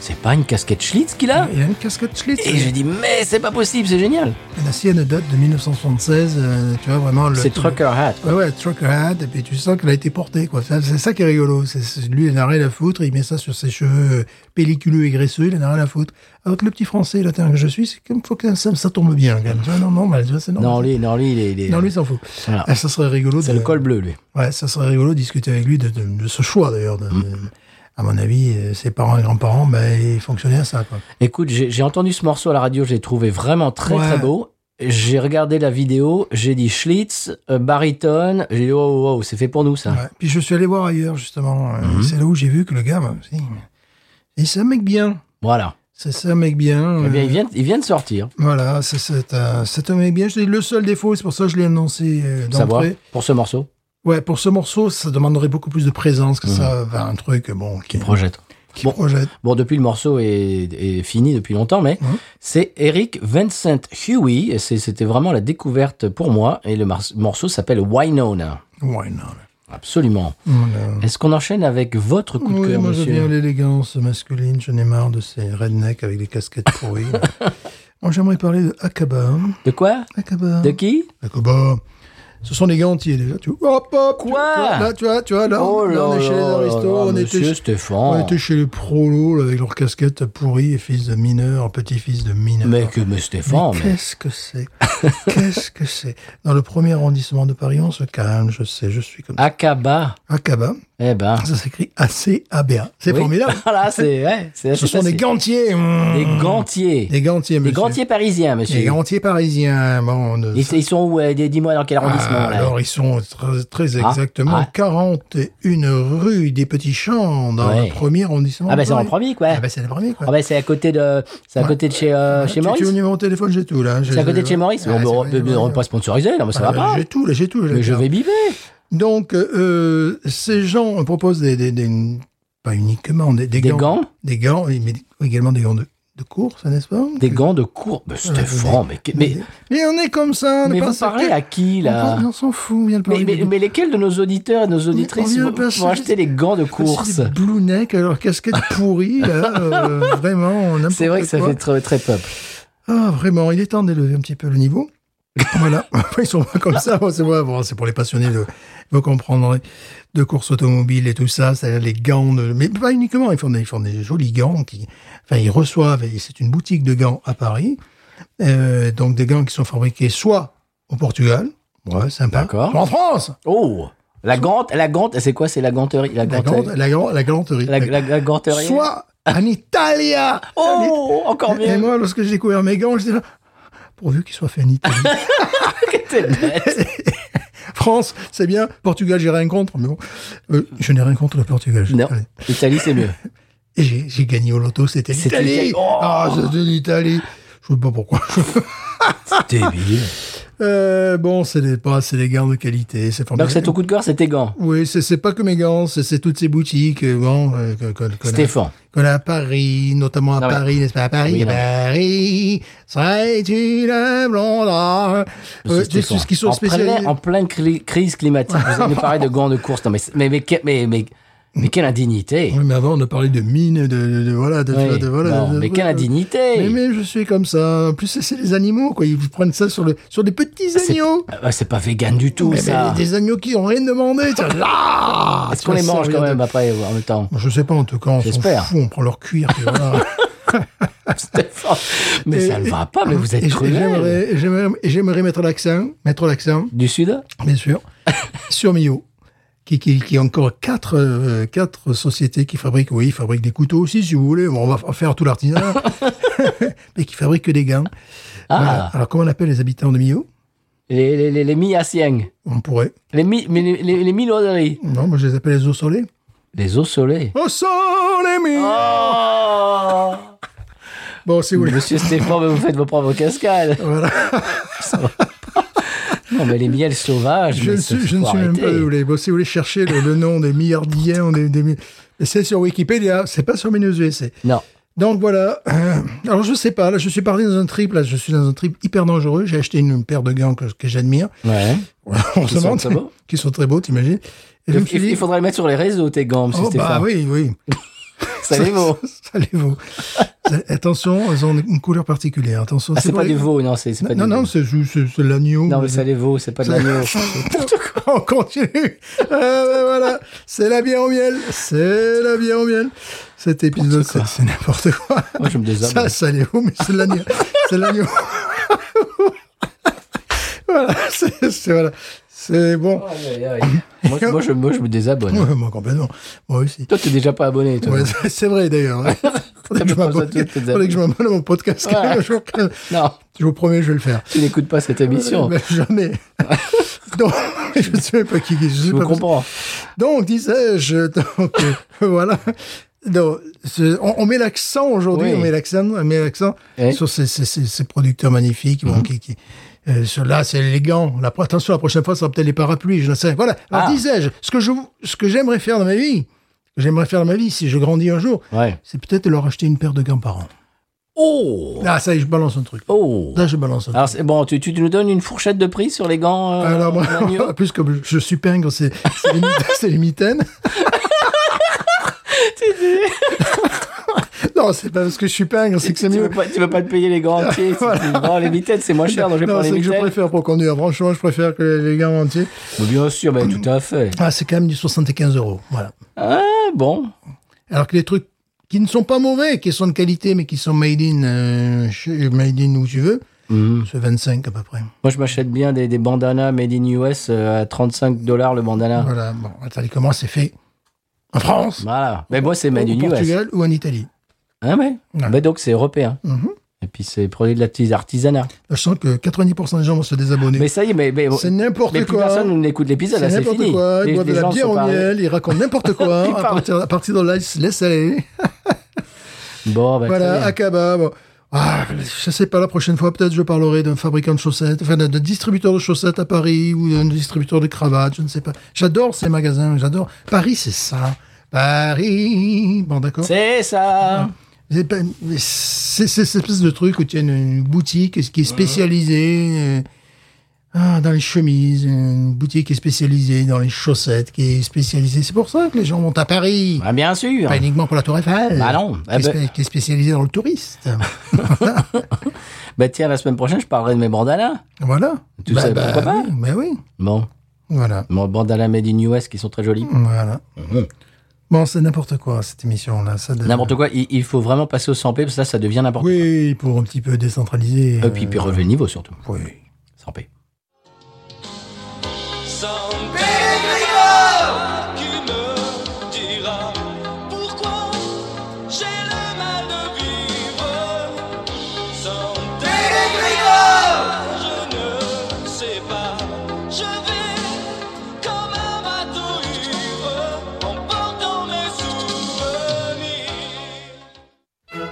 [SPEAKER 1] c'est pas une casquette Schlitz qu'il a
[SPEAKER 2] Il a une casquette Schlitz.
[SPEAKER 1] Et j'ai dit mais c'est pas possible, c'est génial.
[SPEAKER 2] La sienne date de 1976. euh, tu vois, vraiment le.
[SPEAKER 1] C'est Trucker Hat.
[SPEAKER 2] Ouais, ouais, Trucker Hat, et puis tu sens qu'elle a été portée, quoi. Ça, C'est ça qui est rigolo. C'est- c'est- Lui, il n'a rien à foutre, il met ça sur ses cheveux euh, pelliculeux et graisseux, il en a rien à foutre. Alors que le petit français, là, que je suis, c'est comme, faut que ça, ça tombe bien, quand même. Tu vois, Non, non, bah, tu vois, c'est normal.
[SPEAKER 1] Non lui, non lui, il est, il est-
[SPEAKER 2] Non, lui, il s'en fout.
[SPEAKER 1] Voilà.
[SPEAKER 2] Ah, ça serait rigolo
[SPEAKER 1] c'est
[SPEAKER 2] de-
[SPEAKER 1] le col bleu lui.
[SPEAKER 2] Ouais, ça serait rigolo de discuter avec lui de, de- de ce choix, d'ailleurs. de- de- À mon avis, euh, ses parents et grands-parents, ben, ils fonctionnaient à ça, quoi.
[SPEAKER 1] Écoute, j'ai j'ai entendu ce morceau à la radio, j'ai trouvé vraiment très
[SPEAKER 2] Ouais.
[SPEAKER 1] très beau. J'ai regardé la vidéo, j'ai dit Schlitz, euh, baryton, j'ai dit oh, oh, oh, c'est fait pour nous ça.
[SPEAKER 2] Ouais. Puis je suis allé voir ailleurs, justement. Euh,
[SPEAKER 1] Mhm.
[SPEAKER 2] C'est là où j'ai vu que le gars, ben, si, et c'est un mec bien.
[SPEAKER 1] Voilà.
[SPEAKER 2] C'est ça, un mec bien.
[SPEAKER 1] Eh bien,
[SPEAKER 2] euh,
[SPEAKER 1] il vient, il vient de sortir,
[SPEAKER 2] Voilà, c'est- c'est un, c'est un mec bien. Je dis, le seul défaut, c'est pour ça que je l'ai annoncé euh,
[SPEAKER 1] savoir,
[SPEAKER 2] d'entrée.
[SPEAKER 1] pour ce morceau,
[SPEAKER 2] Ouais, pour ce morceau, ça demanderait beaucoup plus de présence que ça.
[SPEAKER 1] Mmh.
[SPEAKER 2] Enfin, un truc, euh, bon, qui,
[SPEAKER 1] qui projette.
[SPEAKER 2] qui projette.
[SPEAKER 1] Bon, depuis le morceau est, est fini depuis longtemps, mais
[SPEAKER 2] Mhm.
[SPEAKER 1] c'est Eric Vincent Huey, et c'est- c'était vraiment la découverte pour moi, et le mar- morceau s'appelle Winona.
[SPEAKER 2] Why not?
[SPEAKER 1] Absolument.
[SPEAKER 2] Voilà.
[SPEAKER 1] Est-ce qu'on enchaîne avec votre coup de
[SPEAKER 2] Oui,
[SPEAKER 1] cœur,
[SPEAKER 2] moi j'aime bien
[SPEAKER 1] euh, monsieur
[SPEAKER 2] l'élégance masculine, j'en ai marre de ces rednecks avec des casquettes pourries. moi j'aimerais parler de Akaba.
[SPEAKER 1] De quoi
[SPEAKER 2] Akaba.
[SPEAKER 1] De qui
[SPEAKER 2] Akaba. Ce sont des gars entiers déjà. Tu... Hop, hop, tu-
[SPEAKER 1] Quoi
[SPEAKER 2] tu vois, Là, tu vois, tu vois, là,
[SPEAKER 1] Oh
[SPEAKER 2] là,
[SPEAKER 1] là
[SPEAKER 2] on est chez les
[SPEAKER 1] là
[SPEAKER 2] aristos,
[SPEAKER 1] là,
[SPEAKER 2] on était
[SPEAKER 1] monsieur Stéphane.
[SPEAKER 2] On était chez les prolos là, avec leurs casquettes pourries, et fils de mineurs, petits-fils de mineurs.
[SPEAKER 1] Mais que mais Stéphane,
[SPEAKER 2] Mais
[SPEAKER 1] mais-
[SPEAKER 2] qu'est-ce que c'est Qu'est-ce que c'est Dans le premier arrondissement de Paris, on se calme, je sais, je suis comme ça.
[SPEAKER 1] Akaba,
[SPEAKER 2] Acaba,
[SPEAKER 1] eh ben.
[SPEAKER 2] ça s'écrit A-C-A-B-A. C'est
[SPEAKER 1] oui.
[SPEAKER 2] formidable
[SPEAKER 1] voilà, c'est ouais, c'est assez
[SPEAKER 2] Ce sont des
[SPEAKER 1] facile.
[SPEAKER 2] gantiers mmh.
[SPEAKER 1] Des gantiers.
[SPEAKER 2] Des gantiers,
[SPEAKER 1] Des
[SPEAKER 2] monsieur.
[SPEAKER 1] gantiers parisiens, monsieur.
[SPEAKER 2] Des gantiers parisiens. Bon, de-
[SPEAKER 1] Ils, ils sont où euh, dis- Dis-moi dans quel arrondissement.
[SPEAKER 2] Ah,
[SPEAKER 1] là
[SPEAKER 2] alors, ils sont très, très
[SPEAKER 1] Ah,
[SPEAKER 2] exactement
[SPEAKER 1] ah.
[SPEAKER 2] 41 rue des Petits Champs, dans
[SPEAKER 1] Ouais.
[SPEAKER 2] le premier arrondissement.
[SPEAKER 1] Ah ben
[SPEAKER 2] de
[SPEAKER 1] c'est en
[SPEAKER 2] Paris.
[SPEAKER 1] premier quoi.
[SPEAKER 2] Ah, ben, c'est le premier, quoi.
[SPEAKER 1] Ah ben c'est à côté de c'est à
[SPEAKER 2] Ouais.
[SPEAKER 1] côté de chez euh,
[SPEAKER 2] Ah,
[SPEAKER 1] chez
[SPEAKER 2] tu,
[SPEAKER 1] Maurice.
[SPEAKER 2] tu es venu mon téléphone, j'ai Ah, tout là.
[SPEAKER 1] C'est à côté de chez Maurice. Bon, bon, on ne pas sponsorisé, non mais ça va pas.
[SPEAKER 2] Ah, J'ai tout là, j'ai tout. là,
[SPEAKER 1] Mais je
[SPEAKER 2] j'ai-
[SPEAKER 1] vais biber.
[SPEAKER 2] Donc, euh, ces gens proposent des, des, des- pas uniquement des, des
[SPEAKER 1] Des
[SPEAKER 2] gants,
[SPEAKER 1] gants
[SPEAKER 2] des gants, mais également des gants de, de course, n'est-ce pas
[SPEAKER 1] Des gants de cours. Mais Stéphane, mais que- mais
[SPEAKER 2] Ah, Mais on est comme ça. on
[SPEAKER 1] mais
[SPEAKER 2] est pas
[SPEAKER 1] vous parlez à qui
[SPEAKER 2] on
[SPEAKER 1] là
[SPEAKER 2] parle- On s'en fout. Bien
[SPEAKER 1] mais, mais, mais lesquels de nos auditeurs et de nos auditrices
[SPEAKER 2] vient de
[SPEAKER 1] vont,
[SPEAKER 2] passer-
[SPEAKER 1] vont acheter les gants de course
[SPEAKER 2] Des blue neck, alors casquette pourrie, là, euh, vraiment. n'importe
[SPEAKER 1] C'est vrai que ça
[SPEAKER 2] quoi.
[SPEAKER 1] fait très, très peuple.
[SPEAKER 2] Ah, vraiment, il est temps d'élever un petit peu le niveau. voilà, ils sont pas comme ça, bon, c'est vrai, bon, c'est pour les passionnés, de, vous comprendrez, de course automobile et tout ça, c'est-à-dire les gants, de- mais pas uniquement, ils font des, ils font des jolis gants, qui, enfin ils reçoivent, et c'est une boutique de gants à Paris, Euh, donc des gants qui sont fabriqués soit au Portugal, ouais, sympa,
[SPEAKER 1] D'accord.
[SPEAKER 2] soit en France,
[SPEAKER 1] Oh La gante, la gante, c'est quoi C'est la ganterie La
[SPEAKER 2] la,
[SPEAKER 1] ganterie
[SPEAKER 2] gante- la, gant- la ganterie,
[SPEAKER 1] La, la, la ganterie
[SPEAKER 2] soit en Italie
[SPEAKER 1] Oh Encore
[SPEAKER 2] Et
[SPEAKER 1] mieux
[SPEAKER 2] moi, lorsque j'ai découvert mes gants, j'étais là, pourvu qu'ils soient faits en Italie.
[SPEAKER 1] T'es bête.
[SPEAKER 2] France, c'est bien. Portugal, j'ai rien contre, mais bon, euh, je n'ai rien contre le Portugal.
[SPEAKER 1] Non, Italie c'est mieux.
[SPEAKER 2] Et j'ai j'ai gagné au loto, c'était
[SPEAKER 1] C'était
[SPEAKER 2] l'Italie.
[SPEAKER 1] l'Italie. Oh.
[SPEAKER 2] Ah, c'était l'Italie. Je sais pas pourquoi.
[SPEAKER 1] Débile.
[SPEAKER 2] Euh, bon, c'est des pas, c'est des gants de qualité, c'est
[SPEAKER 1] Donc
[SPEAKER 2] formidable.
[SPEAKER 1] c'est ton coup de cœur, c'est tes gants.
[SPEAKER 2] Oui, c'est- c'est pas que mes gants, c'est- c'est toutes ces boutiques, euh, bon, euh, que- que- qu'on a-
[SPEAKER 1] Stéphane.
[SPEAKER 2] qu'on a à Paris, notamment à
[SPEAKER 1] Non, mais-
[SPEAKER 2] Paris, n'est-ce pas, à Paris,
[SPEAKER 1] Oui,
[SPEAKER 2] à
[SPEAKER 1] non.
[SPEAKER 2] Paris, serait une blonde.
[SPEAKER 1] Monsieur
[SPEAKER 2] Euh, des
[SPEAKER 1] Stéphane.
[SPEAKER 2] qui sont
[SPEAKER 1] en
[SPEAKER 2] spécialisés.
[SPEAKER 1] Pleine, en pleine cri- crise climatique, vous allez nous parler de gants de course. Non, mais, mais, mais, que- mais, mais, mais quelle indignité
[SPEAKER 2] Oui, mais avant, on a parlé de mines, de, de- de- voilà, de,
[SPEAKER 1] Oui.
[SPEAKER 2] de- de- voilà.
[SPEAKER 1] Non,
[SPEAKER 2] de-
[SPEAKER 1] Mais
[SPEAKER 2] de-
[SPEAKER 1] quelle
[SPEAKER 2] de-
[SPEAKER 1] indignité
[SPEAKER 2] Mais, mais je suis comme ça. En plus, c'est- c'est les animaux, quoi. Ils vous prennent ça sur, le, sur des petits
[SPEAKER 1] C'est-
[SPEAKER 2] agneaux.
[SPEAKER 1] Ah, C'est pas vegan du tout
[SPEAKER 2] Mais-
[SPEAKER 1] ça.
[SPEAKER 2] mais des agneaux qui ont rien demandé. tiens, là
[SPEAKER 1] Est-ce
[SPEAKER 2] Tu
[SPEAKER 1] qu'on
[SPEAKER 2] vas
[SPEAKER 1] les mange
[SPEAKER 2] servir
[SPEAKER 1] quand
[SPEAKER 2] de-
[SPEAKER 1] même après en même temps
[SPEAKER 2] Je sais pas, euh, en tout cas, on s'en
[SPEAKER 1] J'espère.
[SPEAKER 2] fout, on prend leur cuir. puis voilà.
[SPEAKER 1] Ah, Stéphane. Mais
[SPEAKER 2] Et-
[SPEAKER 1] ça ne va pas, mais vous
[SPEAKER 2] Et
[SPEAKER 1] êtes
[SPEAKER 2] j'-
[SPEAKER 1] cruel.
[SPEAKER 2] j'aimerais- J'aimerais j'aimerais mettre l'accent, mettre l'accent,
[SPEAKER 1] Du sud
[SPEAKER 2] bien sûr, sur Mio. Qui, qui, qui a encore quatre, euh, quatre sociétés qui fabriquent, oui, ils fabriquent des couteaux aussi, si vous voulez. Bon, on va f- faire tout l'artisanat. mais qui fabriquent que des gants.
[SPEAKER 1] Ah
[SPEAKER 2] Voilà. Alors, comment on appelle les habitants de Mio?
[SPEAKER 1] Les, les, les, les mi-assieng.
[SPEAKER 2] On pourrait.
[SPEAKER 1] Les mi, mais les, les, les mi-loderies.
[SPEAKER 2] Non, moi je les appelle les eaux
[SPEAKER 1] Les eaux soleil.
[SPEAKER 2] Oh, soleil mio.
[SPEAKER 1] Oh
[SPEAKER 2] Bon, si vous voulez.
[SPEAKER 1] Monsieur Stéphane, mais vous faites vos propres cascades.
[SPEAKER 2] Voilà.
[SPEAKER 1] Non, mais les miels sauvages.
[SPEAKER 2] Je
[SPEAKER 1] mais
[SPEAKER 2] ne
[SPEAKER 1] ça,
[SPEAKER 2] suis, je ne
[SPEAKER 1] faut
[SPEAKER 2] suis même pas
[SPEAKER 1] arrêter.
[SPEAKER 2] doublé. Bon, si vous voulez chercher le, le nom des milliardiers, on est- des mi- Mais c'est sur Wikipédia, c'est pas sur Minus c'est
[SPEAKER 1] Non.
[SPEAKER 2] Donc voilà. Euh, Alors je sais pas, là je suis parti dans un trip, là je suis dans un trip hyper dangereux. J'ai acheté une, paire de gants que, que j'admire.
[SPEAKER 1] Ouais.
[SPEAKER 2] On
[SPEAKER 1] Qui
[SPEAKER 2] se
[SPEAKER 1] sont
[SPEAKER 2] demande-
[SPEAKER 1] très beaux.
[SPEAKER 2] Qui sont très beaux, t'imagines Et je me
[SPEAKER 1] Il,
[SPEAKER 2] suis dit,
[SPEAKER 1] il faudrait les mettre sur les réseaux, tes gants, monsieur
[SPEAKER 2] oh bah
[SPEAKER 1] Stéphane.
[SPEAKER 2] oui, oui.
[SPEAKER 1] Ça les vaut.
[SPEAKER 2] Ça les vaut. C'est- Attention, elles ont une couleur particulière. Attention,
[SPEAKER 1] Ah, c'est
[SPEAKER 2] pour
[SPEAKER 1] pas
[SPEAKER 2] les-
[SPEAKER 1] du veau, non, c'est c'est pas
[SPEAKER 2] Non,
[SPEAKER 1] du
[SPEAKER 2] non,
[SPEAKER 1] veau.
[SPEAKER 2] c'est c'est- c'est l'agneau.
[SPEAKER 1] Non, mais ça les vaut, c'est pas de l'agneau.
[SPEAKER 2] On continue. Ah, ben voilà, c'est la bière au miel. C'est la bière au miel. Cet épisode, c'est c'est n'importe quoi.
[SPEAKER 1] Moi, je me déshabille.
[SPEAKER 2] Ça, ça les vaut, mais c'est de l'agneau. C'est de l'agneau. voilà, c'est c'est- voilà. C'est bon.
[SPEAKER 1] Aïe, aïe, aïe. moi, moi, je, moi, je me désabonne.
[SPEAKER 2] Ouais, moi, complètement. Moi aussi.
[SPEAKER 1] Toi, euh, t'es déjà pas abonné, toi.
[SPEAKER 2] Ouais, c'est- c'est vrai d'ailleurs. Faudrait que
[SPEAKER 1] Ça me pose
[SPEAKER 2] je
[SPEAKER 1] à
[SPEAKER 2] m'abonne
[SPEAKER 1] toutes tes
[SPEAKER 2] faudrait que je m'abonne à mon podcast quand même, un jour. quand même.
[SPEAKER 1] Non,
[SPEAKER 2] Je vous promets, je vais le faire.
[SPEAKER 1] tu n'écoutes pas cette émission.
[SPEAKER 2] Mais jamais. Donc, je ne sais pas qui. Je, sais
[SPEAKER 1] Je
[SPEAKER 2] pas
[SPEAKER 1] vous comprends.
[SPEAKER 2] Donc, disais-je, donc, euh, voilà. Donc, ce- on, on met l'accent aujourd'hui,
[SPEAKER 1] Oui.
[SPEAKER 2] on met l'accent, on met l'accent
[SPEAKER 1] Oui. Mhm.
[SPEAKER 2] sur ces, ces- ces- ces producteurs magnifiques. bon, qui, qui, euh, sur- là, c'est élégant. La, pro- attention, la prochaine fois, ça sera peut-être les parapluies, je ne sais. Voilà. Alors,
[SPEAKER 1] Ah.
[SPEAKER 2] disais-je, ce que je, ce que j'aimerais faire dans ma vie, ce que j'aimerais faire dans ma vie, si je grandis un jour,
[SPEAKER 1] Ouais.
[SPEAKER 2] c'est peut-être leur acheter une paire de gants par an.
[SPEAKER 1] Oh
[SPEAKER 2] Ah, ça y est, je balance un truc.
[SPEAKER 1] Oh
[SPEAKER 2] Là, je balance un truc.
[SPEAKER 1] Alors, c'est bon, tu, tu nous donnes une fourchette de prix sur les gants euh,
[SPEAKER 2] Ah, Alors, moi,
[SPEAKER 1] en agneau
[SPEAKER 2] en plus, comme je suis pingre, c'est c'est les, mitaines- c'est les mitaines. non, c'est pas parce que je suis pingre, c'est que c'est
[SPEAKER 1] tu
[SPEAKER 2] mieux.
[SPEAKER 1] veux, pas, tu veux pas te payer les gants entiers si
[SPEAKER 2] Voilà.
[SPEAKER 1] tu- Oh, les mitaines, c'est moins cher, donc je vais
[SPEAKER 2] Non,
[SPEAKER 1] prendre
[SPEAKER 2] c'est
[SPEAKER 1] les
[SPEAKER 2] que je
[SPEAKER 1] mitaines.
[SPEAKER 2] préfère pour conduire. Franchement, je préfère que les gars entiers.
[SPEAKER 1] Mais Bien sûr, mais tout à fait.
[SPEAKER 2] Ah, c'est quand même du 75 euros. Voilà.
[SPEAKER 1] Ah, bon.
[SPEAKER 2] Alors que les trucs qui ne sont pas mauvais, qui sont de qualité, mais qui sont made in, euh, chez- made in où tu veux, c'est 25 à peu près.
[SPEAKER 1] Moi, je m'achète bien des, des bandanas made in US euh, à 35 dollars le bandana.
[SPEAKER 2] Voilà. Bon, attendez, comment c'est fait En France
[SPEAKER 1] Voilà. Mais moi, c'est made
[SPEAKER 2] Au
[SPEAKER 1] in US.
[SPEAKER 2] Portugal ou en Italie
[SPEAKER 1] Ah ouais.
[SPEAKER 2] Ouais.
[SPEAKER 1] Bah, donc, c'est européen.
[SPEAKER 2] Mhm.
[SPEAKER 1] Et puis, c'est produit de la petite artisanat.
[SPEAKER 2] Je sens que 90% des gens vont se désabonner.
[SPEAKER 1] Mais ça y est, mais, mais,
[SPEAKER 2] C'est
[SPEAKER 1] mais
[SPEAKER 2] n'importe
[SPEAKER 1] plus
[SPEAKER 2] quoi.
[SPEAKER 1] personne n'écoute l'épisode, là,
[SPEAKER 2] C'est
[SPEAKER 1] c'est
[SPEAKER 2] n'importe
[SPEAKER 1] fini.
[SPEAKER 2] quoi. Ils
[SPEAKER 1] Les-
[SPEAKER 2] boivent de
[SPEAKER 1] les
[SPEAKER 2] la
[SPEAKER 1] gens
[SPEAKER 2] bière
[SPEAKER 1] sont
[SPEAKER 2] au
[SPEAKER 1] pas-
[SPEAKER 2] miel, ils racontent n'importe quoi. hein, à, partir, à partir de là, ils se laissent aller.
[SPEAKER 1] Bon, bah, très
[SPEAKER 2] voilà,
[SPEAKER 1] bien.
[SPEAKER 2] Akaba. Bon. Ah, je sais pas, la prochaine fois, peut-être je parlerai d'un fabricant de chaussettes, enfin d'un d'un distributeur de chaussettes à Paris ou d'un distributeur de cravates, je ne sais pas. J'adore ces magasins, j'adore. Paris, c'est ça. Paris. Bon, d'accord.
[SPEAKER 1] C'est ça.
[SPEAKER 2] C'est pas- c'est- c'est cette espèce de truc où tu as une, une boutique qui est spécialisée euh, ah, dans les chemises, une boutique qui est spécialisée dans les chaussettes, qui est spécialisée. C'est pour ça que les gens vont à Paris.
[SPEAKER 1] Ah, bien sûr.
[SPEAKER 2] Pas uniquement pour la Tour Eiffel.
[SPEAKER 1] Bah non.
[SPEAKER 2] Qui,
[SPEAKER 1] Eh
[SPEAKER 2] est
[SPEAKER 1] ben-
[SPEAKER 2] spé- qui est spécialisée dans le touriste.
[SPEAKER 1] Bah tiens, la semaine prochaine, je parlerai de mes bandanas.
[SPEAKER 2] voilà.
[SPEAKER 1] Tout ça, pourquoi pas
[SPEAKER 2] oui, bah oui.
[SPEAKER 1] Bon,
[SPEAKER 2] Voilà.
[SPEAKER 1] mon bandana made in US qui sont très jolis.
[SPEAKER 2] Voilà. Bon, c'est n'importe quoi, cette émission-là. ça devient-
[SPEAKER 1] Mhm. N'importe quoi, il, il faut vraiment passer au 100p, parce que ça, ça devient n'importe
[SPEAKER 2] Oui, Euh. pour un petit peu décentraliser.
[SPEAKER 1] quoi. Et puis, puis relever le niveau surtout.
[SPEAKER 2] Oui.
[SPEAKER 1] 100p.
[SPEAKER 3] Sans Grégoire qui me dira pourquoi j'ai le mal de vivre. Sans Grégoire, je ne sais pas. Je vais comme un bateau ivre en portant mes souvenirs.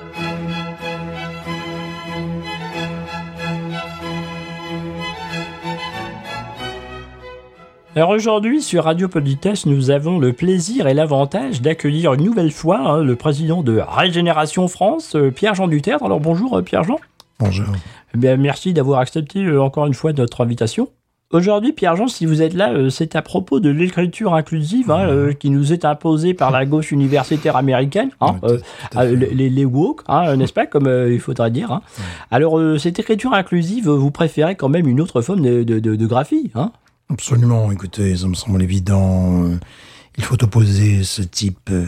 [SPEAKER 4] Alors aujourd'hui, sur Radio Politesse, nous avons le plaisir et l'avantage d'accueillir une nouvelle fois hein, le président de Régénération France, euh, Pierre-Jean Duterte. Alors bonjour euh, Pierre-Jean.
[SPEAKER 2] Bonjour.
[SPEAKER 4] Eh bien, merci d'avoir accepté euh, encore une fois notre invitation. Aujourd'hui, Pierre-Jean, si vous êtes là, euh, c'est à propos de l'écriture inclusive hein, euh, qui nous est imposée par la gauche universitaire américaine,
[SPEAKER 1] Ah,
[SPEAKER 4] hein,
[SPEAKER 2] Ouais, tout-
[SPEAKER 4] euh,
[SPEAKER 2] tout à
[SPEAKER 4] euh,
[SPEAKER 2] fait.
[SPEAKER 4] les, les woke, hein, n'est-ce pas, comme euh, il faudrait dire. hein. Alors, euh, cette écriture inclusive, vous préférez quand même une autre forme de, de- de- de graphie. Hein
[SPEAKER 2] Absolument, écoutez, ça me semble évident. Euh, Il faut opposer ce type, euh,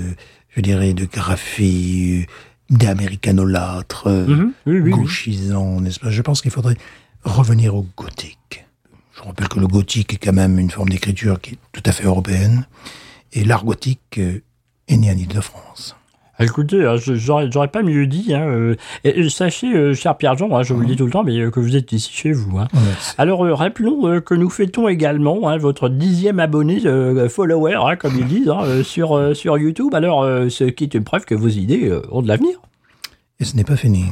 [SPEAKER 2] je dirais, de graphie euh, d'américanolâtre, euh,
[SPEAKER 4] Mhm. Oui, oui, oui.
[SPEAKER 2] gauchisant, n'est-ce pas Je pense qu'il faudrait revenir au gothique. Je rappelle que le gothique est quand même une forme d'écriture qui est tout à fait européenne. Et l'art gothique euh, est né en Ile-de-France.
[SPEAKER 5] Écoutez, hein, je- j'aurais j'aurais pas mieux dit. hein, euh, et, et sachez, euh, cher Pierre-Jean, hein,
[SPEAKER 2] Mm-hmm.
[SPEAKER 5] je vous le dis tout le temps, mais euh, que vous êtes ici chez vous.
[SPEAKER 4] Ah,
[SPEAKER 5] hein. Alors, euh, rappelons euh, que nous fêtons également hein, votre dixième abonné, euh, follower, hein, comme ils disent, hein, euh, sur, euh, sur YouTube. Alors, euh, ce qui est une preuve que vos idées euh, ont de l'avenir.
[SPEAKER 2] Et ce n'est pas fini.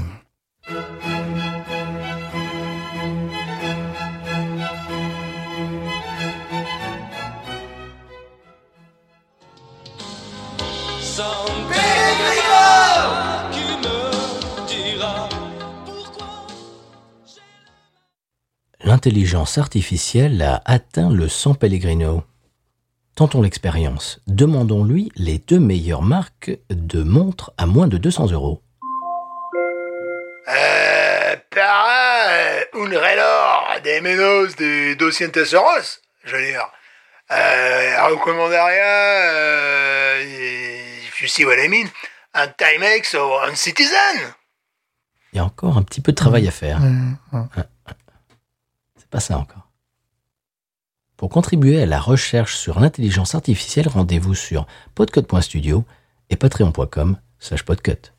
[SPEAKER 3] Sans Grégor qui me dira pourquoi
[SPEAKER 6] L'intelligence artificielle a atteint le 100 Pellegrino. Tentons l'expérience. Demandons-lui les deux meilleures marques de montres à moins de 200 euros.
[SPEAKER 2] Euh, para un reloj de menos de 200 euros, je veux dire. Euh, recommandarea, euh, if you see what I mean, un Timex ou un Citizen.
[SPEAKER 6] Il y a encore un petit peu de travail à faire. Ah, C'est pas ça encore. Pour contribuer à la recherche sur l'intelligence artificielle, rendez-vous sur podcut.studio et patreon.com slash podcut.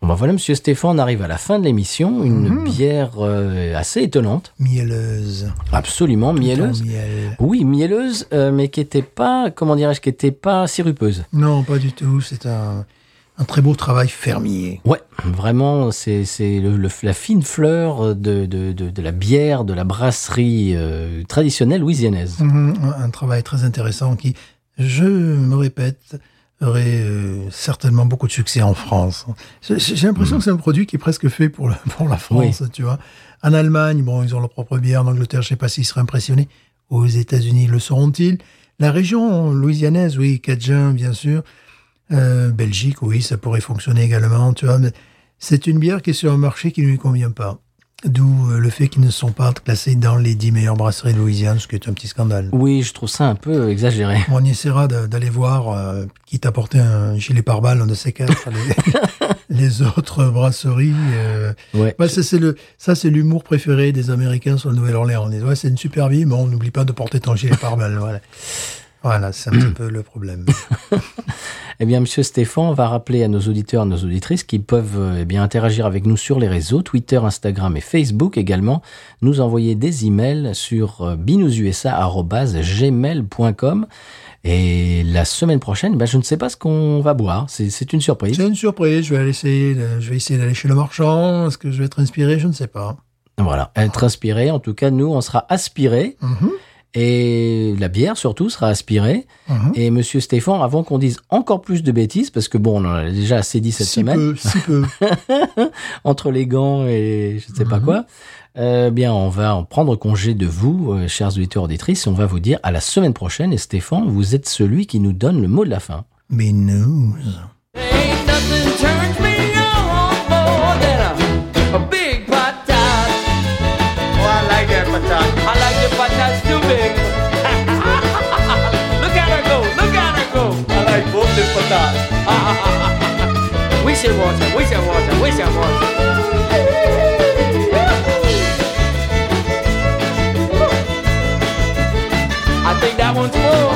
[SPEAKER 6] Bon ben voilà, monsieur Stéphane, on arrive à la fin de l'émission. Une bière euh, assez étonnante,
[SPEAKER 2] Mielleuse.
[SPEAKER 6] absolument mielleuse. Oui, mielleuse, euh, mais qui n'était pas, comment dirais-je, qui n'était pas sirupeuse.
[SPEAKER 2] Non, pas du tout. C'est un, un très beau travail fermier.
[SPEAKER 6] Ouais, vraiment, c'est c'est le- le- la fine fleur de, de, de- de la bière, de la brasserie euh, traditionnelle louisianaise.
[SPEAKER 2] Mhm, un- un travail très intéressant qui, je me répète, aurait euh, certainement beaucoup de succès en France. J'ai j'ai l'impression que c'est un produit qui est presque fait pour, le- pour la France, tu vois. En Allemagne, bon, ils ont leur propre bière. En Angleterre, je sais pas s'ils seraient impressionnés. Aux États-Unis, le seront-ils La région louisianaise, oui, Cajun, bien sûr. Euh, Belgique, oui, ça pourrait fonctionner également, tu vois. Mais c'est une bière qui est sur un marché qui ne lui convient pas. D'où euh, le fait qu'ils ne sont pas classés dans les 10 meilleures brasseries de Louisiane, ce qui est un petit scandale.
[SPEAKER 6] Oui, je trouve ça un peu exagéré.
[SPEAKER 2] On essaiera de- d'aller voir, euh, quitte à porter un gilet pare-balles, un de ces quatre, les, les autres brasseries. euh.
[SPEAKER 6] Ouais.
[SPEAKER 2] Ouais, ça, c'est le, ça, c'est l'humour préféré des Américains sur le Nouvelle-Orléans. On dit, ouais, c'est une super vie, mais on n'oublie pas de porter ton gilet pare-balles. Voilà, voilà c'est un petit peu le problème.
[SPEAKER 6] Eh bien, Monsieur Stéphane va rappeler à nos auditeurs, à nos auditrices qui peuvent euh, eh bien interagir avec nous sur les réseaux, Twitter, Instagram et Facebook également. Nous envoyer des emails sur euh, binoususa@gmail.com. Et la semaine prochaine, ben, je ne sais pas ce qu'on va boire. C'est c'est une surprise.
[SPEAKER 2] C'est une surprise. Je vais aller essayer, de- je vais essayer d'aller chez le marchand. Est-ce que je vais être inspiré Je ne sais pas.
[SPEAKER 6] Voilà, être inspiré. En tout cas, nous, on sera aspiré.
[SPEAKER 2] Mhm,
[SPEAKER 6] Et la bière, surtout, sera aspirée.
[SPEAKER 2] mhm.
[SPEAKER 6] Et Monsieur Stéphane, avant qu'on dise encore plus de bêtises, parce que bon, on en a déjà assez dit cette
[SPEAKER 2] si
[SPEAKER 6] semaine.
[SPEAKER 2] peu, si peu.
[SPEAKER 6] entre les gants et je ne sais pas
[SPEAKER 2] Mhm.
[SPEAKER 6] quoi, euh, bien, on va en prendre congé de vous, euh, chers auditeurs auditrices, et on va vous dire à la semaine prochaine. Et Stéphane, vous êtes celui qui nous donne le mot de la fin.
[SPEAKER 2] Mais nous.
[SPEAKER 3] Ain't nothing turns me on more than a, a big patat. Oh, I like that patat. I like the patats too big. look at her go, look at her go. I like both the patats. we should watch her, we should watch her, we should watch her. I think that one's full.